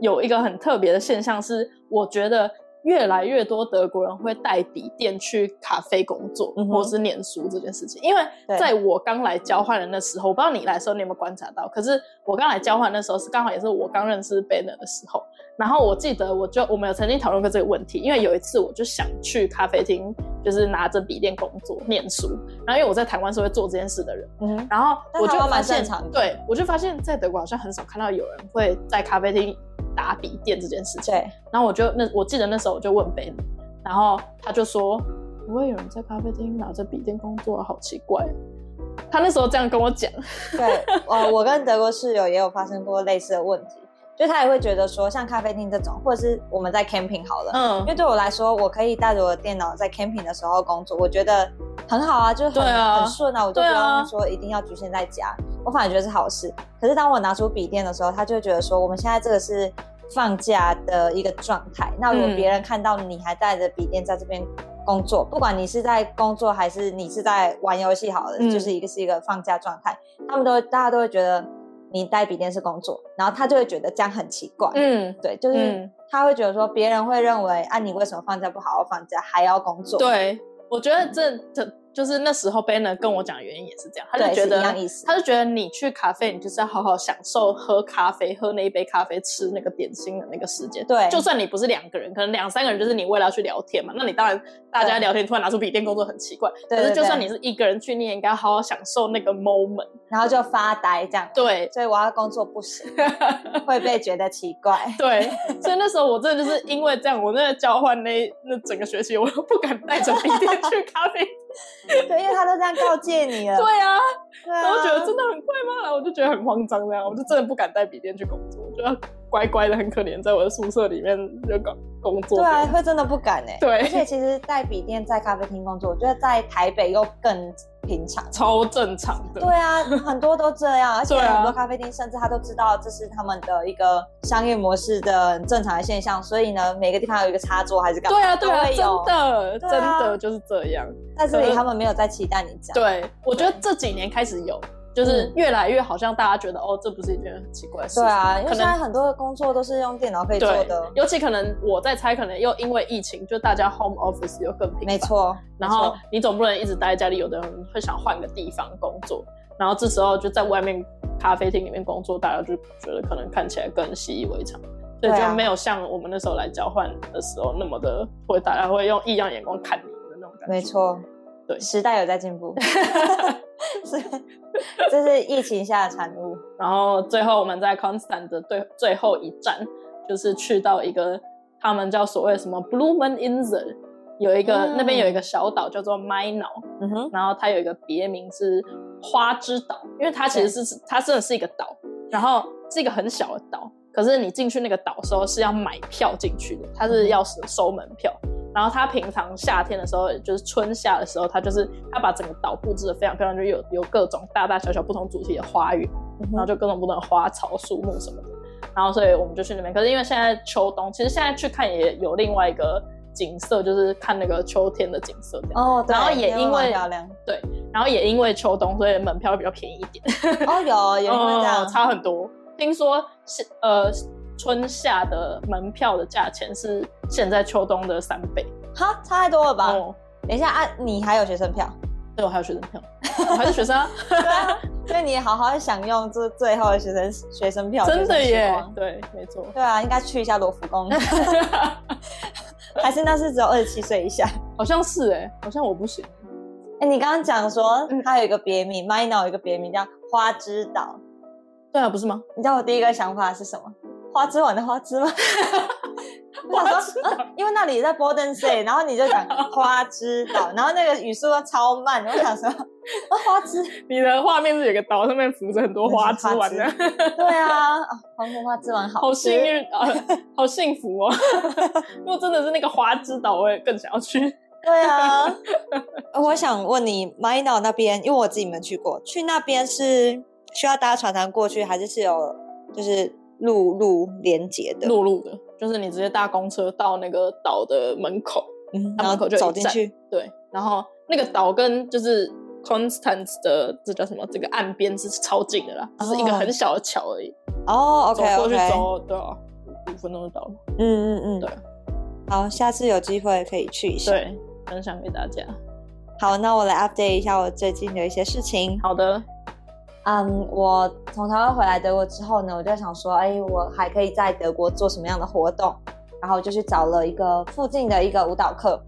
有一个很特别的现象是，我觉得越来越多德国人会带笔电去咖啡工作、
嗯哼
或是念书这件事情。因为
对
在我刚来交换的那时候，我不知道你来的时候你有没有观察到，可是我刚来交换的时候是刚好也是我刚认识 Banner 的时候。然后我记得，我就我们有曾经讨论过这个问题，因为有一次我就想去咖啡厅，就是拿着笔电工作念书。然后因为我在台湾是会做这件事的人，
嗯哼，
然后
但
我就
台湾
发
蛮
现
正常的，
对我就发现，在德国好像很少看到有人会在咖啡厅打笔电这件事情。
对，
然后我就那我记得那时候我就问贝，然后他就说不会有人在咖啡厅拿着笔电工作啊，好奇怪。他那时候这样跟我讲，
对，呃，我跟德国室友也有发生过类似的问题，就他也会觉得说，像咖啡厅这种，或者是我们在 camping 好了，
嗯
因为对我来说，我可以带着我的电脑在 camping 的时候工作，我觉得很好啊，就是很
对啊
很顺啊，我就不
对啊
用说一定要局限在家，我反而觉得是好事。可是当我拿出笔电的时候，他就会觉得说，我们现在这个是。放假的一个状态，那如果
嗯
别人看到你还带着笔电在这边工作，不管你是在工作还是你是在玩游戏，好了，
嗯
就是一个是一个放假状态，他们都会大家都会觉得你带笔电是工作，然后他就会觉得这样很奇怪。
嗯，
对，就是
嗯
他会觉得说别人会认为啊，你为什么放假不好好放假，还要工作？
对，我觉得这这就是那时候 Banner 跟我讲的原因也是这样，他就
对
觉
是
得
一样意思
他就觉得你去咖啡，你就是要好好享受喝咖啡、喝那一杯咖啡、吃那个点心的那个时间。
对嗯
就算你不是两个人，可能两三个人，就是你为了要去聊天嘛，那你当然大家
对
聊天突然拿出笔电工作很奇怪，
对
可是
对
就
对
算你是一个人去，你也应该好好享受那
(laughs)
个 moment。
然后就发呆这样。
对，
所以我要工作不
(laughs)
行，会被觉得奇怪。
对，所以那时候我真的就是因为这样，我那个交换那那整个学期，我都不敢带着笔电去咖啡。
对，因为他都这样告诫你了。
对啊，
(laughs) 对啊，
然后觉得真的很怪吗？然后我就觉得很慌张，这样我就真的不敢带笔电去工作，我就要乖乖的，很可怜，在我的宿舍里面就搞工作
对
这
啊，
样。
会真的不敢哎、
对
而且其实带笔电在咖啡厅工作，我觉得在台北又更平常。
超正常的。
对啊，很多都这样，而且
对啊
很多咖啡厅甚至他都知道这是他们的一个商业模式的很正常的现象，所以呢，每个地方有一个插座还是干嘛
对啊，
都
对啊，
会
真
有。
的，
对
真
啊
的就是这样。
在这
可
里
是
他们没有在期待你讲。
对，我觉得这几年开始有，就是
嗯
越来越好像大家觉得哦，这不是一件很奇怪的事情。
对啊，因为
可
现在
能
很多的工作都是用电脑可以做
对
的，，
尤其可能我在猜，可能又因为疫情，就大家 home office 又更频繁。
没错。
然
没
后
错
你总不能一直待在家里，有的人会想换个地方工作，然后这时候就在外面咖啡厅里面工作，大家就觉得可能看起来更习以为常，所以
对啊
就没有像我们那时候来交换的时候那么的会，大家会用异样眼光看你的那种感觉。
没，错，
对
时代有在进
(laughs)
步，是，这是疫情下的产物。
然后最后我们在 Constant 的最最后一站，就是去到一个他们叫所谓什么 Blumen Insel，有一个、
嗯
那边有一个小岛叫做 Minor，
嗯哼，
然后它有一个别名是花之岛，因为它其实是它真的是一个岛，然后是一个很小的岛。可是你进去那个岛的时候是要买票进去的，它是要收收门票。然后它平常夏天的时候，就是春夏的时候，它就是它把整个岛布置的非常漂亮，就有有各种大大小小不同主题的花园，
嗯
然后
哼
就各种不同的花草、树木什么的。然后所以我们就去那边。可是因为现在秋冬，其实现在去看也有另外一个景色，就是看那个秋天的景色这样。
哦，对
然后也
天
因
花
为
板漂亮，
然后也因为秋冬，所以门票会比较便宜一点，哦
哦，有有因为这样，
差很多。听说是呃春夏的门票的价钱是现在秋冬的三倍
哈，差太多了吧？
哦。
等一下啊，你还有学生
(laughs)
票，
对，我还有学生票，我还是学生 (laughs) 啊，
对啊，所以你好好享用这最后的学生学生票，
真的
学生时
耶
光。
对，没错。
对啊，应该去一下罗浮
(laughs)
宫，还是那是只有二十七岁以下？
好像是哎、好像我不行。
哎、你刚刚讲说
嗯
它有一个别名、m i n o 有一个别名叫花之岛，
对啊，不是吗？
你知道我第一个想法是什么？花枝丸的花枝吗？ (laughs) 我想说，嗯因为那里在 Borden Say，然后你就
(laughs)
讲花枝岛，然后那个语速都超慢，我想说，啊花枝，
你的画面是有个岛，上面浮着很多花枝丸的，
对啊，啊黄红花枝丸好
好
吃
幸运啊，好幸福
(laughs)
哦！如果真的是那个花枝岛，我也更想要去。
对
(laughs)
啊，我想问你 m i n o 那边，因为我自己没去过，去那边是需要搭船船过去，还是是有就是陆路连接的？
陆路的，就是你直接搭公车到那个岛的门口，
嗯，
它
然
门
后
口就有
走
一
进
站
去，
对，然后那个岛跟就是 Constance 的这叫什么？这个岸边是超近的啦，
哦
就是一个很小的桥而已，
哦，OK
走过去
OK，
走对啊，五五分钟就到了。
嗯嗯嗯，
对。
好，下次有机会可以去一下。
对，分享给大家。
好，那我来 update 一下我最近的一些事情。
好的，
嗯，我从台湾回来德国之后呢，我就想说，哎，我还可以在德国做什么样的活动？然后我就去找了一个附近的一个舞蹈课。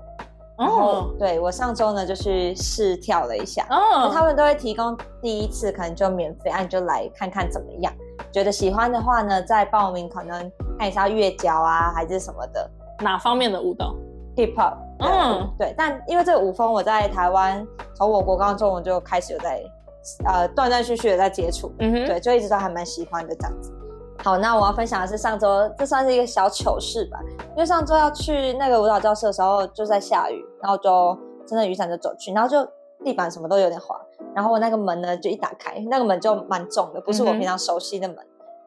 然后
哦
对我上周呢就去试跳了一下。就他
哦，
们都会提供第一次可能就免费，啊，你就来看看怎么样。觉得喜欢的话呢，再报名可能看一下月交啊，还是什么的。
哪方面的舞蹈？
hip hop，嗯
嗯，
对，但因为这个舞风，我在台湾从我国高中我就开始有在，呃，断断续续的在接触，
嗯哼，
对，就一直都还蛮喜欢的这样子。好，那我要分享的是上周，这算是一个小糗事吧，因为上周要去那个舞蹈教室的时候就在下雨，然后就撑着雨伞就走去，然后就地板什么都有点滑，然后我那个门呢就一打开，那个门就蛮重的，不是我
嗯哼
平常熟悉的门，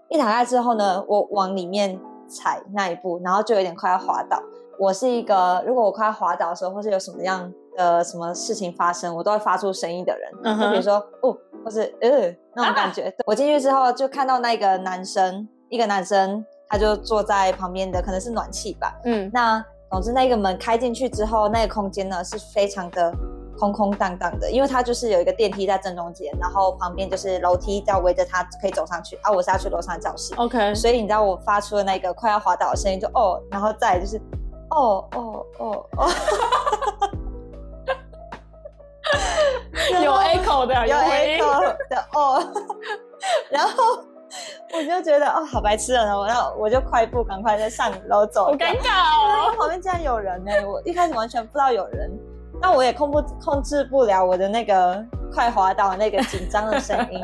一打开之后呢，我往里面踩那一步，然后就有点快要滑倒。我是一个，如果我快要滑倒的时候，或是有什么样的什么事情发生，我都会发出声音的人。
嗯
就比如
哼，
说哦，或是呃那种感觉。对我进去之后就看到那个男生，一个男生他就坐在旁边的，可能是暖气吧。
嗯，
那总之那个门开进去之后，那个空间呢是非常的空空荡荡的，因为它就是有一个电梯在正中间，然后旁边就是楼梯在围着它可以走上去。啊，我是要去楼上的教室，
OK，
所以你知道我发出的那个快要滑倒的声音就哦，然后再来就是哦哦哦哦， (laughs)
有哎 echo 的，
有
回音
echo 的哦， (laughs) 然后我就觉得哦，好白痴哦，然后我就快步赶快再上楼走
好
掉，
尴尬
因
哦。
为旁边竟然有人呢、我一开始完全不知道有人，那我也控不控制不了我的那个快滑倒那个紧张的声
(laughs)
音，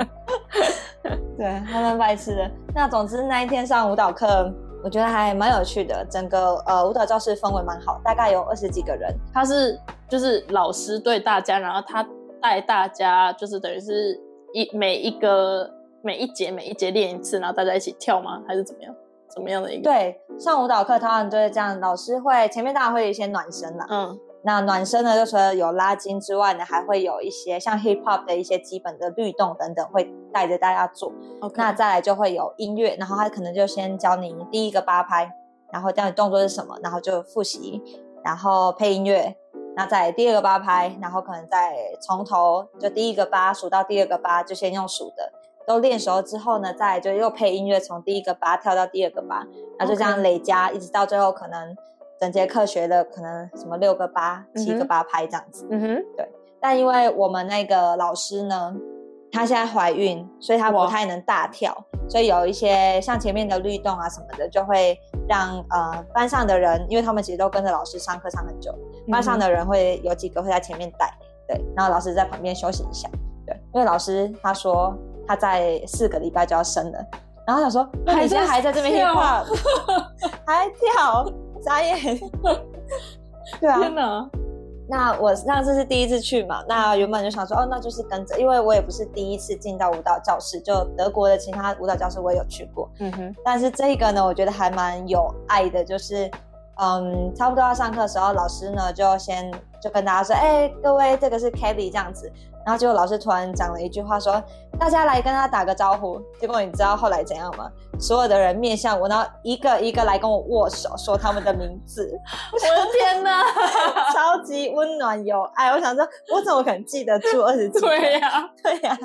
对，还蛮白痴的。那总之那一天上舞蹈课。我觉得还蛮有趣的，整个呃舞蹈教室氛围蛮好，大概有二十几个人，
他是就是老师对大家，然后他带大家，就是等于是一每一个每一节每一节练一次，然后大家一起跳吗？还是怎么样？怎么样的一个？
对，上舞蹈课他们就是这样，老师会前面当然会有一些暖身啦。
嗯
那暖身呢，就除了有拉筋之外呢，还会有一些像 hip hop 的一些基本的律动等等，会带着大家做。
，OK，
那再来就会有音乐，然后他可能就先教你第一个八拍，然后教你动作是什么，然后就复习，然后配音乐。那再来第二个八拍，然后可能再从头就第一个八数到第二个八，就先用数的。都练熟之后呢，再来就又配音乐，从第一个八跳到第二个八，然后就这样累加，一直到最后可能整节课学的可能什么六个八、七
嗯
个
哼
八拍这样子。
嗯哼，
但因为我们那个老师呢，她现在怀孕，所以她不
哇
太能大跳，所以有一些像前面的律动啊什么的，就会让呃班上的人，因为他们其实都跟着老师上课上很久，班上
嗯
的人会有几个会在前面带，对，然后老师在旁边休息一下，对，因为老师他说他在四个礼拜就要生了，然后他说那你
还
现在
在
还在这边 hip
跳
hop，还 (laughs) 跳，眨眼， (laughs) 对啊，
天哪，
那我上次是第一次去嘛，那原本就想说，哦，那就是跟着，因为我也不是第一次进到舞蹈教室，就德国的其他舞蹈教室我也有去过，
嗯哼，
但是这个呢，我觉得还蛮有爱的，就是，嗯，差不多要上课的时候，老师呢就先就跟大家说，哎、各位，这个是 Kelly 这样子，然后结果老师突然讲了一句话说，大家来跟他打个招呼，结果你知道后来怎样吗？所有的人面向我，然后一个一个来跟我握手，说他们的名字。
我的
(laughs)
天哪，
超级温暖有爱。我想说，我怎么可能记得
(laughs)
住二十几？
对呀、
对呀、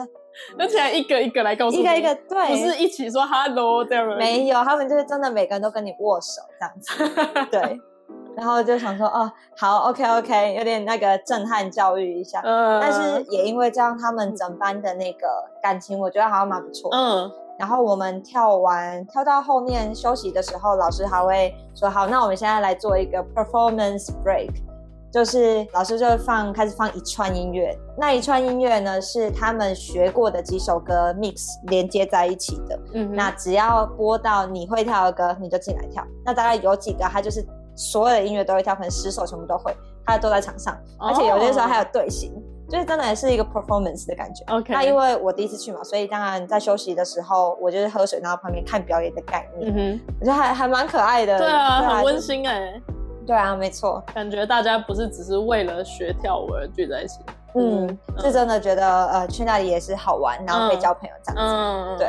而且还一个一个来告诉
一个
你
一个，对，
不是一起说 hello 这样而已
没有，他们就是真的每个人都跟你握手这样
(laughs)
子，对。然后就想说，哦，好，OK OK，有点那个震撼教育一下。
呃，
但是也因为这样，他们整班的那个感情，我觉得好像蛮不错的。
嗯
然后我们跳完，跳到后面休息的时候，老师还会说：“好，那我们现在来做一个 performance break。”就是老师就会放开始放一串音乐，那一串音乐呢是他们学过的几首歌 mix 连接在一起的。
嗯哼，
那只要播到你会跳的歌，你就进来跳。那大概有几个，他就是所有的音乐都会跳，可能十首全部都会，他都在场上，而且有些
哦
时候还有队形，就是真的是一个 performance 的感觉。
OK，
那因为我第一次去嘛，所以当然在休息的时候，我就是喝水，然后旁边看表演的概念，
嗯哼，
我觉得还还蛮可爱的。
对啊，很温
呃就是。
馨哎、
对啊，没错。
感觉大家不是只是为了学跳舞而聚在一起，
嗯，是真的觉得呃去那里也是好玩，然后可以
嗯
交朋友这样子。
嗯，
对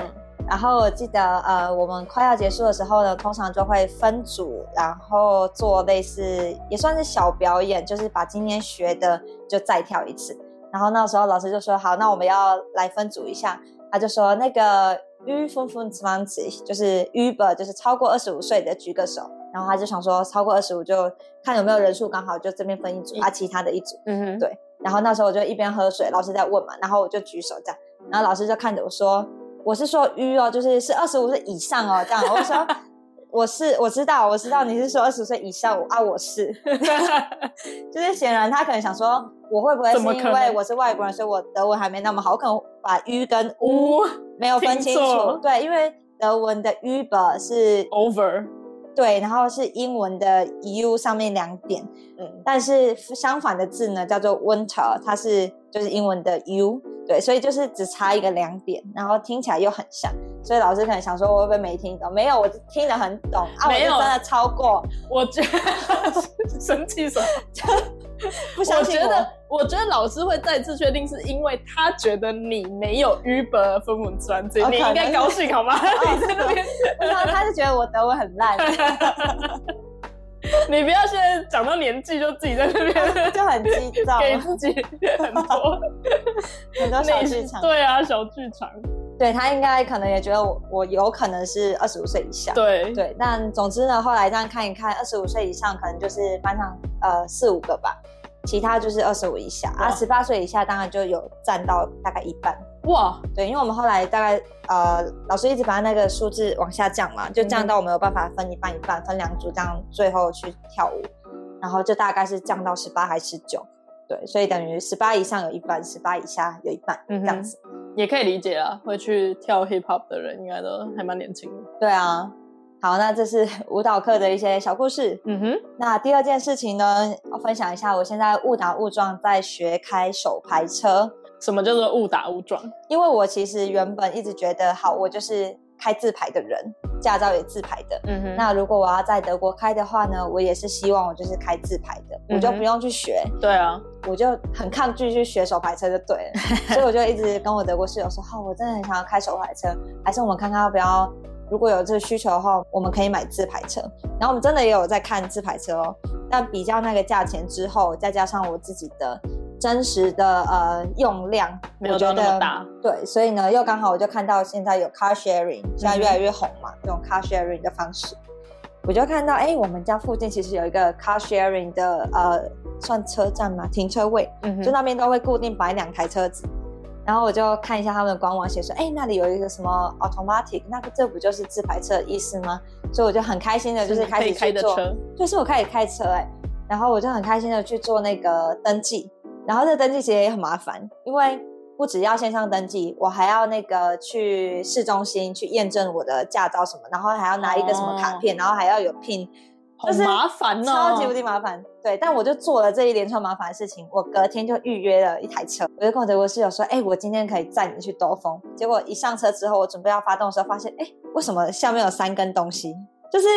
然后我记得呃我们快要结束的时候呢，通常就会分组，然后做类似也算是小表演，就是把今天学的就再跳一次。然后那时候老师就说好，那我们要来分组一下。他就说那个 u f u n f u n z w a n z i 就是 Uber，就是超过二十五岁的举个手。然后他就想说超过二十五就看有没有人数刚好就这边分一组，啊其他的一组。
嗯哼，
对然后那时候我就一边喝水，老师在问嘛，然后我就举手这样，然后老师就看着我说：“我是说吁哦，就是是二十五岁以上哦。”这样，我就说：“我是我知道，我知道你是说二十岁以上，我啊我是。”就是显然他可能想说，我会不会是
怎么可
因为
能
我是外国人，所以我德文还没那么好，我可能把吁跟呜
(laughs) 呜
没有分清
听
楚
错。哦
对，因为德文的 über 是
over，
对，然后是英文的 u 上面两点，
嗯，
但是相反的字呢叫做 winter，它是就是英文的 u，对，所以就是只差一个两点，然后听起来又很像，所以老师可能想说我会不会没听懂？没有，我听得很懂啊，我就
没有
真的超过，
我觉得 (laughs) 生气什么？
不相信
觉得，我觉得老师会再次确定，是因为他觉得你没有 Uber 分文专辑，
哦
你应
可能
该高兴好吗？
哦
(laughs) 你在那边，
我想他是觉得我德文很烂， (laughs)
你不要现在讲到年纪就自己在那
(laughs)
边
就
(laughs)
很激
给
动，
自己
(laughs)
很多
很多小
内
剧
心
场。
对啊，小剧场，
对他应该可能也觉得我我有可能是二十五岁以下，
对
对，但总之呢，后来这样看一看，二十五岁以上可能就是班上呃四五个吧，其他就是二十五以下啊，
哇
十八岁以下当然就有占到大概一半。
哇，
对，因为我们后来大概呃，老师一直把那个数字往下降嘛，就
嗯
降到我们有办法分一半一半，分两组这样，最后去跳舞，然后就大概是降到十八还十九，对，所以等于十八以上有一半，十八以下有一半这
嗯哼
样子。
也可以理解啊，会去跳 hip hop 的人应该都还蛮年轻的。
对啊，好，那这是 (laughs) 舞蹈课的一些小故事。
嗯哼，
那第二件事情呢，要分享一下，我现在误打误撞在学开手排车，
什么叫做误打误撞？
因为我其实原本一直觉得，好，我就是开自排的人，驾照也自排的。
嗯哼，
那如果我要在德国开的话呢，我也是希望我就是开自排的，我就
嗯哼
不用去学，
对啊，
我就很抗拒去学手排车就对
(laughs)
了，所以我就一直跟我德国室友说，哦，我真的很想要开手排车，还是我们看看要不要，如果有这个需求的话，我们可以买自排车。然后我们真的也有在看自排车哦，但比较那个价钱之后，再加上我自己的真实的呃用量，
没有
我觉
到那么
得
大
对，所以呢，又刚好我就看到现在有 car sharing，现
嗯
在越来越红嘛，这种 car sharing 的方式。我就看到，哎、我们家附近其实有一个 car sharing 的呃，算车站嘛，停车位，
嗯哼，
就那边都会固定摆两台车子。然后我就看一下他们的官网，写说，哎，那里有一个什么 automatic，那个这不就是自排车的意思吗？所以我就很开心的，就是开
可以
始
开
去
的
做，
车，
就是我开始开车哎、然后我就很开心的去做那个登记，然后这个登记其实也很麻烦，因为不只要线上登记，我还要那个去市中心去验证我的驾照什么，然后还要拿一个什么卡片，然后还要有 PIN，
好
就是
麻烦哦，
超级无敌麻烦。对，但我就做了这一连串麻烦的事情，我隔天就预约了一台车，我就跟我德国室友说，哎、我今天可以载你去兜风。结果一上车之后，我准备要发动的时候，发现，哎、为什么下面有三根东西？就是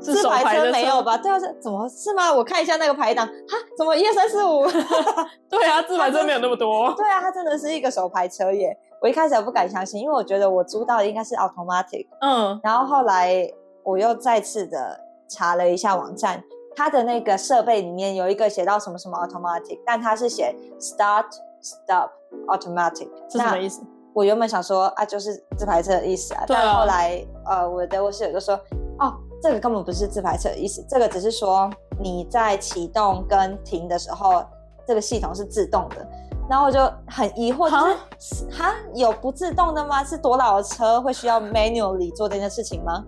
是
自
手
排
排的
车
车
没有吧？对啊，是怎么是吗？我看一下那个排档，哈，怎么一二三四五？ (laughs)
对啊，自排车没有那么多，
对啊，它真的是一个手排车耶！我一开始也不敢相信，因为我觉得我租到的应该是 automatic，
嗯，
然后后来我又再次的查了一下网站，它的那个设备里面有一个写到什么什么 automatic，但它是写 start stop automatic，
是什么意思？
我原本想说啊，就是自排车的意思啊，
对啊
但后来呃，我的德国室友就说，哦，这个根本不是自排车的意思，这个只是说你在启动跟停的时候，这个系统是自动的。然后我就很疑惑，
哈
就是哈有不自动的吗？是多老的车会需要 manually 做这件事情吗？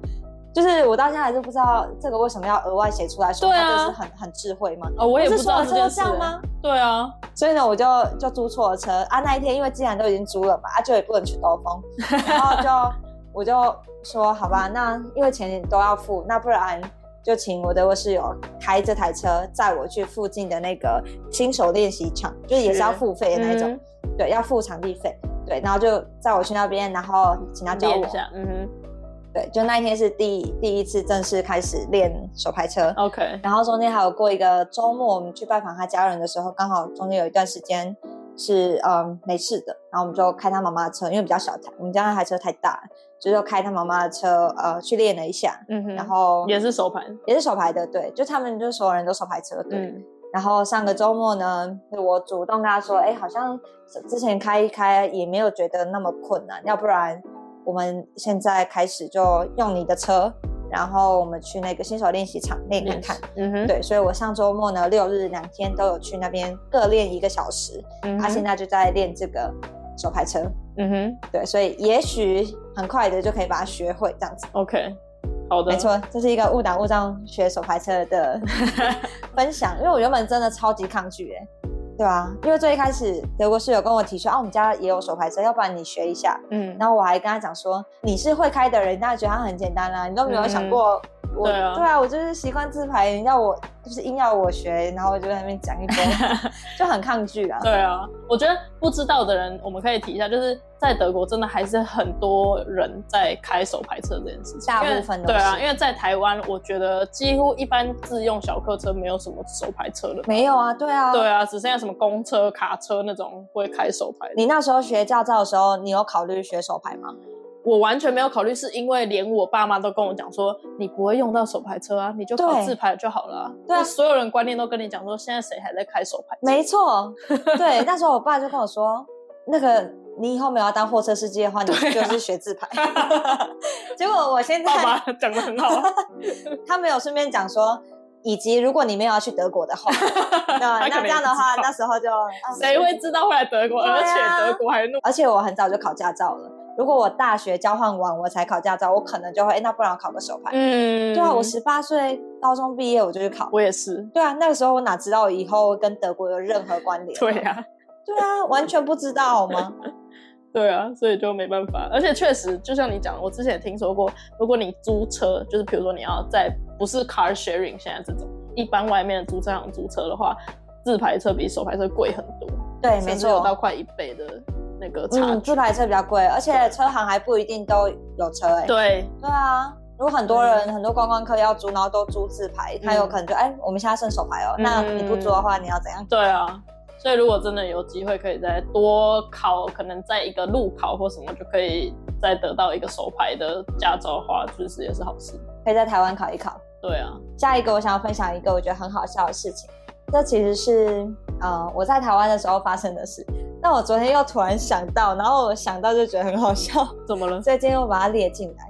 就是我到现在还是不知道这个为什么要额外写出来说
对
它
啊
这是很很智慧吗？
哦，我也
不
不
是
知
所有
道
车
这
都
件
这
事
样吗？
对啊，
所以呢，我就就租错了车啊。那一天因为既然都已经租了嘛，啊，就也不能去兜风，然后就我就说好吧，那因为钱都要付，那不然就请我的室友开这台车载我去附近的那个新手练习场，就是也是要付
嗯
费的那种，对，要付场地费，对，然后就载我去那边，然后请他
嗯
教
练
我
一，下，嗯哼
对，就那一天是第第一次正式开始练手排
哦
车，
，OK，
然后中间还有过一个周末，我们去拜访他家人的时候，刚好中间有一段时间是嗯没事的，然后我们就开他妈妈的车，因为比较小台，我们家那台车太大了，就是开他妈妈的车呃去练了一下，
嗯哼，
然后
也是手盘，
也是手排的，对，就他们就所有人都手排车，对。
嗯，
然后上个周末呢，我主动跟他说，哎，好像之前开一开也没有觉得那么困难，要不然我们现在开始就用你的车，然后我们去那个新手练习场练看看。，
嗯哼，
对，所以我上周末呢，六日两天都有去那边各练一个小时，
嗯
他、现
哼，
在就在练这个手排车，
嗯哼
对，所以也许很快的就可以把它学会这样子。
，OK，好的，
没，错，这是一个误打误撞学手排车
(laughs)
的分享，因为我原本真的超级抗拒、欸，对啊，因为最一开始德国室友跟我提说，啊，我们家也有手排车，要不然你学一下。
嗯，
然后我还跟他讲说，你是会开的人，当然觉得它很简单啦、你都没有想过我，
嗯对啊
我就是习惯自排，你要我就是硬要我学，然后我就在那边
(laughs)
讲一堆，就很抗拒啊。
对啊，我觉得不知道的人，我们可以提一下，就是在德国真的还是很多人在开手排车这件事情，
大部
因为
分都
对啊，
是
因为在台湾，我觉得几乎一般自用小客车没有什么手排车了，
(laughs) 没有啊，对啊，
对。啊，只剩下什么公车、卡车那种会开手排的。
你那时候学驾照的时候，你有考虑学手排吗？
我完全没有考虑，是因为连我爸妈都跟我讲说，你不会用到手排车啊，你就考
对
自排就好了、啊。
对啊
那所有人观念都跟你讲说，现在谁还在开手排车？
没
(laughs)
错，对，那时候我爸就跟我说，那个你以后没有要当货车司机的话，你
对啊
就是 (laughs) 学自排。结果我现在
爸爸讲的很
(laughs)
好，啊
他没有顺便讲说，以及如果你没有要去德国的
(laughs)
话，那
他可
那
能
这
也
样的
不知
话，
道
那时候就、啊
(laughs) 谁会知道会来德国？
对啊
而且德国还那么……
而且我很早就考驾照了。如果我大学交换完我才考驾照，我可能就会，诶那不然我考个手牌。
嗯
对啊，我十八岁高中毕业我就去考。
我也是，
对啊，那个时候我哪知道以后跟德国有任何关联？啊
对，呀、啊
对啊，完全不知道好吗？
对啊，所以就没办法。而且确实，就像你讲，我之前也听说过，如果你租车，就是比如说你要在不是 car sharing 现在这种一般外面的租车行租车的话，自排车比手排车贵很多， (laughs)
对，没
甚至有到
错，
快一倍的那个差
嗯，
距。
自排车比较贵，而且车行还不一定都有车哎、
对，
对啊，如果很多人、很多观光客要租，然后都租自排，他有可能就哎、我们现在剩手排哦，
嗯
那你不租的话，你要怎样？
对啊，所以如果真的有机会，可以再多考，可能在一个路考或什么，就可以再得到一个手牌的驾照的话，就是也是好事。
可以在台湾考一考。
对啊，
下一个我想要分享一个我觉得很好笑的事情，这其实是呃我在台湾的时候发生的事。但我昨天又突然想到，然后我想到就觉得很好笑， (laughs)
怎么了？
所以今天我把它列进来。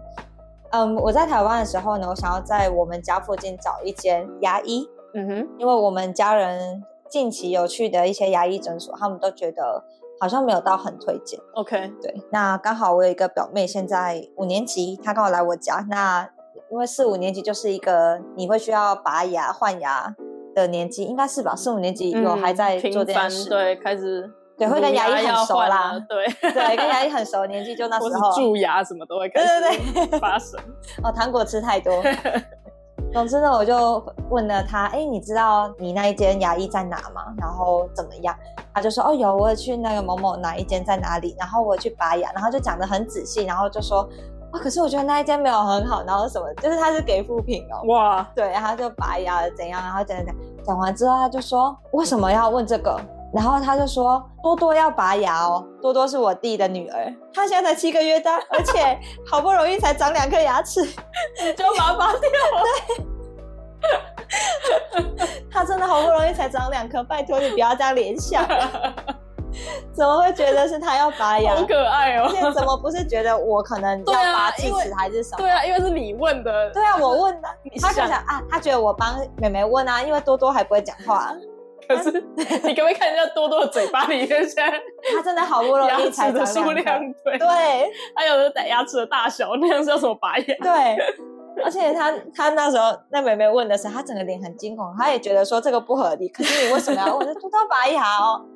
嗯，我在台湾的时候呢，我想要在我们家附近找一间牙医，
嗯哼，
因为我们家人近期有去的一些牙医诊所，他们都觉得好像没有到很推荐。
OK，
对，那刚好我有一个表妹，现在五年级，她刚好来我家。那因为四五年级就是一个你会需要拔牙、换牙的年纪，应该是吧？四五年级有
嗯
还在
频
做这件
繁
事，
对，开始
对会跟
乳
牙医
要
很熟
换
啦
了对
对跟牙医很熟，年纪
(laughs)
就那
或
时
是
候
蛀牙什么都会开
对对
始发生。
哦，糖果吃太多。总之呢，我就问了他，哎，你知道你那一间牙医在哪吗？然后怎么样？他就说，哦，有，我有去那个某某哪一间在哪里，然后我有去拔牙，然后就讲得很仔细，然后就说，啊、可是我觉得那一间没有很好，然后什么，就是他是给负评哦。
哇，
对，然后就拔牙了怎样，然后讲讲讲，讲完之后他就说为什么要问这个？然后他就说多多要拔牙哦，多多是我弟的女儿，她现在才七个月大，而且好不容易才长两颗牙齿，
你就把它拔掉。
她真的好不容易才长两颗，拜托你不要这样联
(laughs)
想，怎么会觉得是她要拔牙
好？可爱哦、
而且怎么不是觉得我可能要
对啊
拔智
因为
齿还是什么？
对啊，因为是你问的。
对啊，我问的，
你
她就
想
想啊，她觉得我帮妹妹问啊，因为多多还不会讲
(laughs)
话，啊
可是你可不可以看人家多多的嘴巴里面现在
她真的好不容
牙
易才
齿
长
的数
两颗
量？对
对
(laughs) 还有的牙齿的大小，那样是要怎么拔 (laughs) 牙？
对，而且他他那时候那妹妹问的时候，他整个脸很惊恐，他也觉得说这个不合理，可是你为什么要问？我就多多拔牙哦。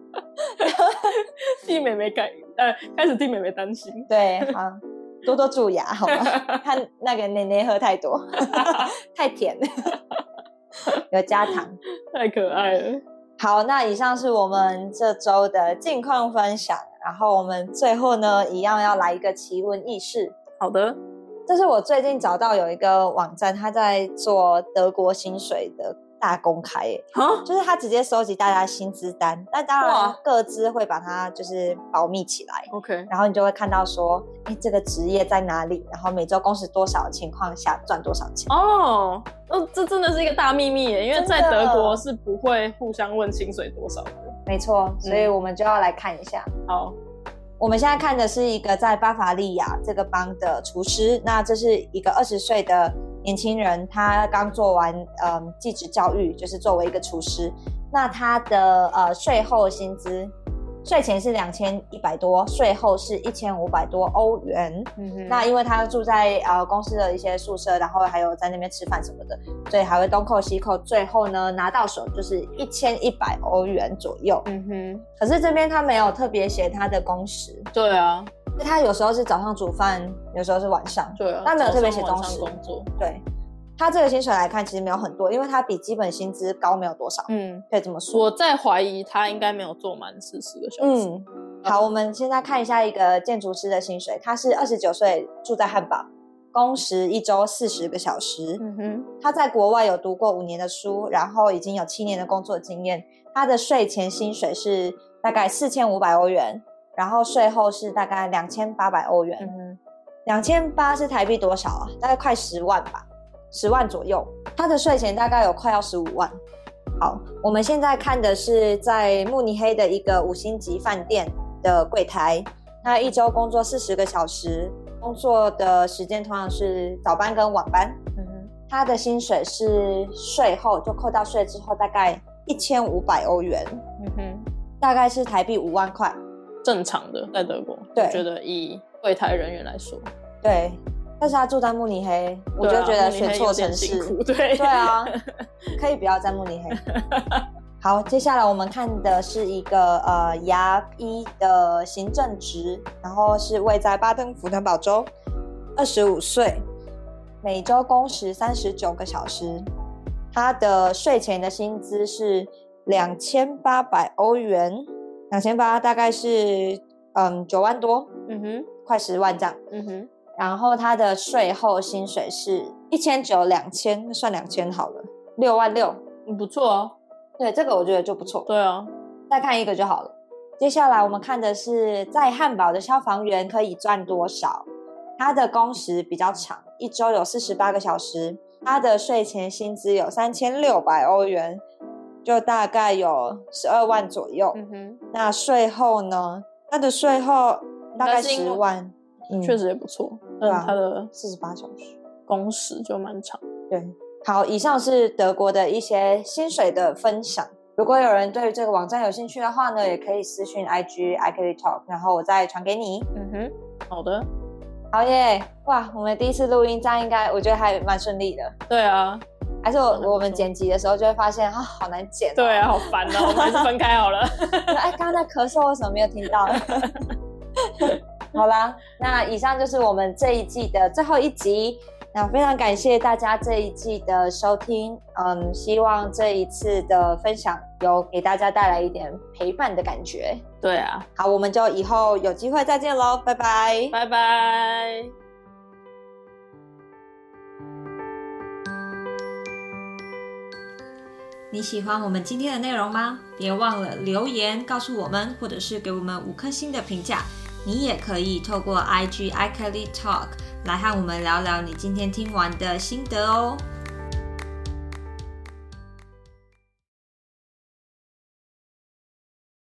替妹妹改，呃，开始替妹妹担心。
对，好，多多蛀牙好吗？他那个奶奶喝太多， (laughs) 太甜了，有加糖。
太可爱了，
好，那以上是我们这周的近况分享，然后我们最后呢，一样要来一个奇闻异事。
好的，
这是我最近找到有一个网站，他在做德国薪水的大公开耶，
好，
就是他直接收集大家薪资单，那当然
哇
各自会把它就是保密起来，
OK，
然后你就会看到说，哎，这个职业在哪里，然后每周工时多少的情况下赚多少钱。
哦，哦，这真的是一个大秘密耶，因为在
真的
德国是不会互相问薪水多少的。
没错，所以我们就要来看一下。
好，
我们现在看的是一个在巴伐利亚这个邦的厨师，那这是一个二十岁的年轻人，他刚做完嗯技职教育，就是作为一个厨师。那他的呃税后薪资，税前是两千一百多，税后是一千五百多欧元。
嗯哼
那因为他住在呃公司的一些宿舍，然后还有在那边吃饭什么的，所以还会东扣西扣，最后呢拿到手就是一千一百欧元左右。
嗯哼，
可是这边他没有特别写他的工时，
对啊，
他有时候是早上煮饭，有时候是晚上。
对啊，
那没有特别写
早上
东
晚上
西
工作，
对，他这个薪水来看，其实没有很多，因为他比基本薪资高没有多少，
嗯，
可以这么说。
我在怀疑他应该没有做满四十个小时。
嗯，好，我们现在看一下一个建筑师的薪水，他是二十九岁，住在汉堡，工时一周四十个小时。
嗯哼，
他在国外有读过五年的书，然后已经有七年的工作经验。他的税前薪水是大概四千五百欧元，然后税后是大概两千八百欧元。
嗯哼，
两千八是台币多少啊？大概快十万吧，十万左右。他的税前大概有快要十五万。好，我们现在看的是在慕尼黑的一个五星级饭店的柜台，他一周工作四十个小时，工作的时间通常是早班跟晚班。
嗯哼，
他的薪水是税后就扣掉税之后大概一千五百欧元，
嗯哼。
大概是台币五万块。
正常的，在德国，
对
我觉得以柜台人员来说，
对，但是他住在慕尼黑，我就
对啊
觉得
慕尼黑
选 (laughs)
有
错
点
城市。
辛苦对
对啊，可以不要在慕尼黑。好，接下来我们看的是一个呃牙医的行政职，然后是位在巴登符腾堡州，二十五岁，每周工时三十九个小时，他的税前的薪资是两千八百欧元，两千八大概是嗯九万多，
(laughs) 嗯哼，
快十万这样。
嗯哼，
然后他的税后薪水是一千九两千，算两千好了，六万六。
嗯不错哦。
对，这个我觉得就不错。
对啊，
再看一个就好了。接下来我们看的是在汉堡的消防员可以赚多少？他的工时比较长，一周有四十八个小时，他的税前薪资有三千六百欧元，就大概有十二万左右。
嗯哼，
那税后呢？他的税后大概
但是因
十
为
万，嗯
确实也不错。
对
嗯，
啊
他的
四十八小时。
工时就蛮长。
对，好，以上是德国的一些薪水的分享。如果有人对这个网站有兴趣的话呢，也可以私讯 IG I K Talk，然后我再传给你。
嗯哼，好的。
好耶！哇，我们第一次录音，这样应该我觉得还蛮顺利的。
对啊，
还是我
嗯
我们剪辑的时候就会发现啊，好难剪、哦。
对啊，好烦哦，我们还是分开
(laughs)
好了。
哎，刚刚那咳嗽为什么没有听到？ (laughs) 好啦，那以上就是我们这一季的最后一集。那非常感谢大家这一季的收听，嗯，希望这一次的分享有给大家带来一点陪伴的感觉。
对啊，
好，我们就以后有机会再见喽，拜拜。
拜拜。
你喜欢我们今天的内容吗？别忘了留言告诉我们，或者是给我们五颗星的评价。你也可以 E 透过 IG iKelly Talk 来和我们聊聊你今天听完的心得哦。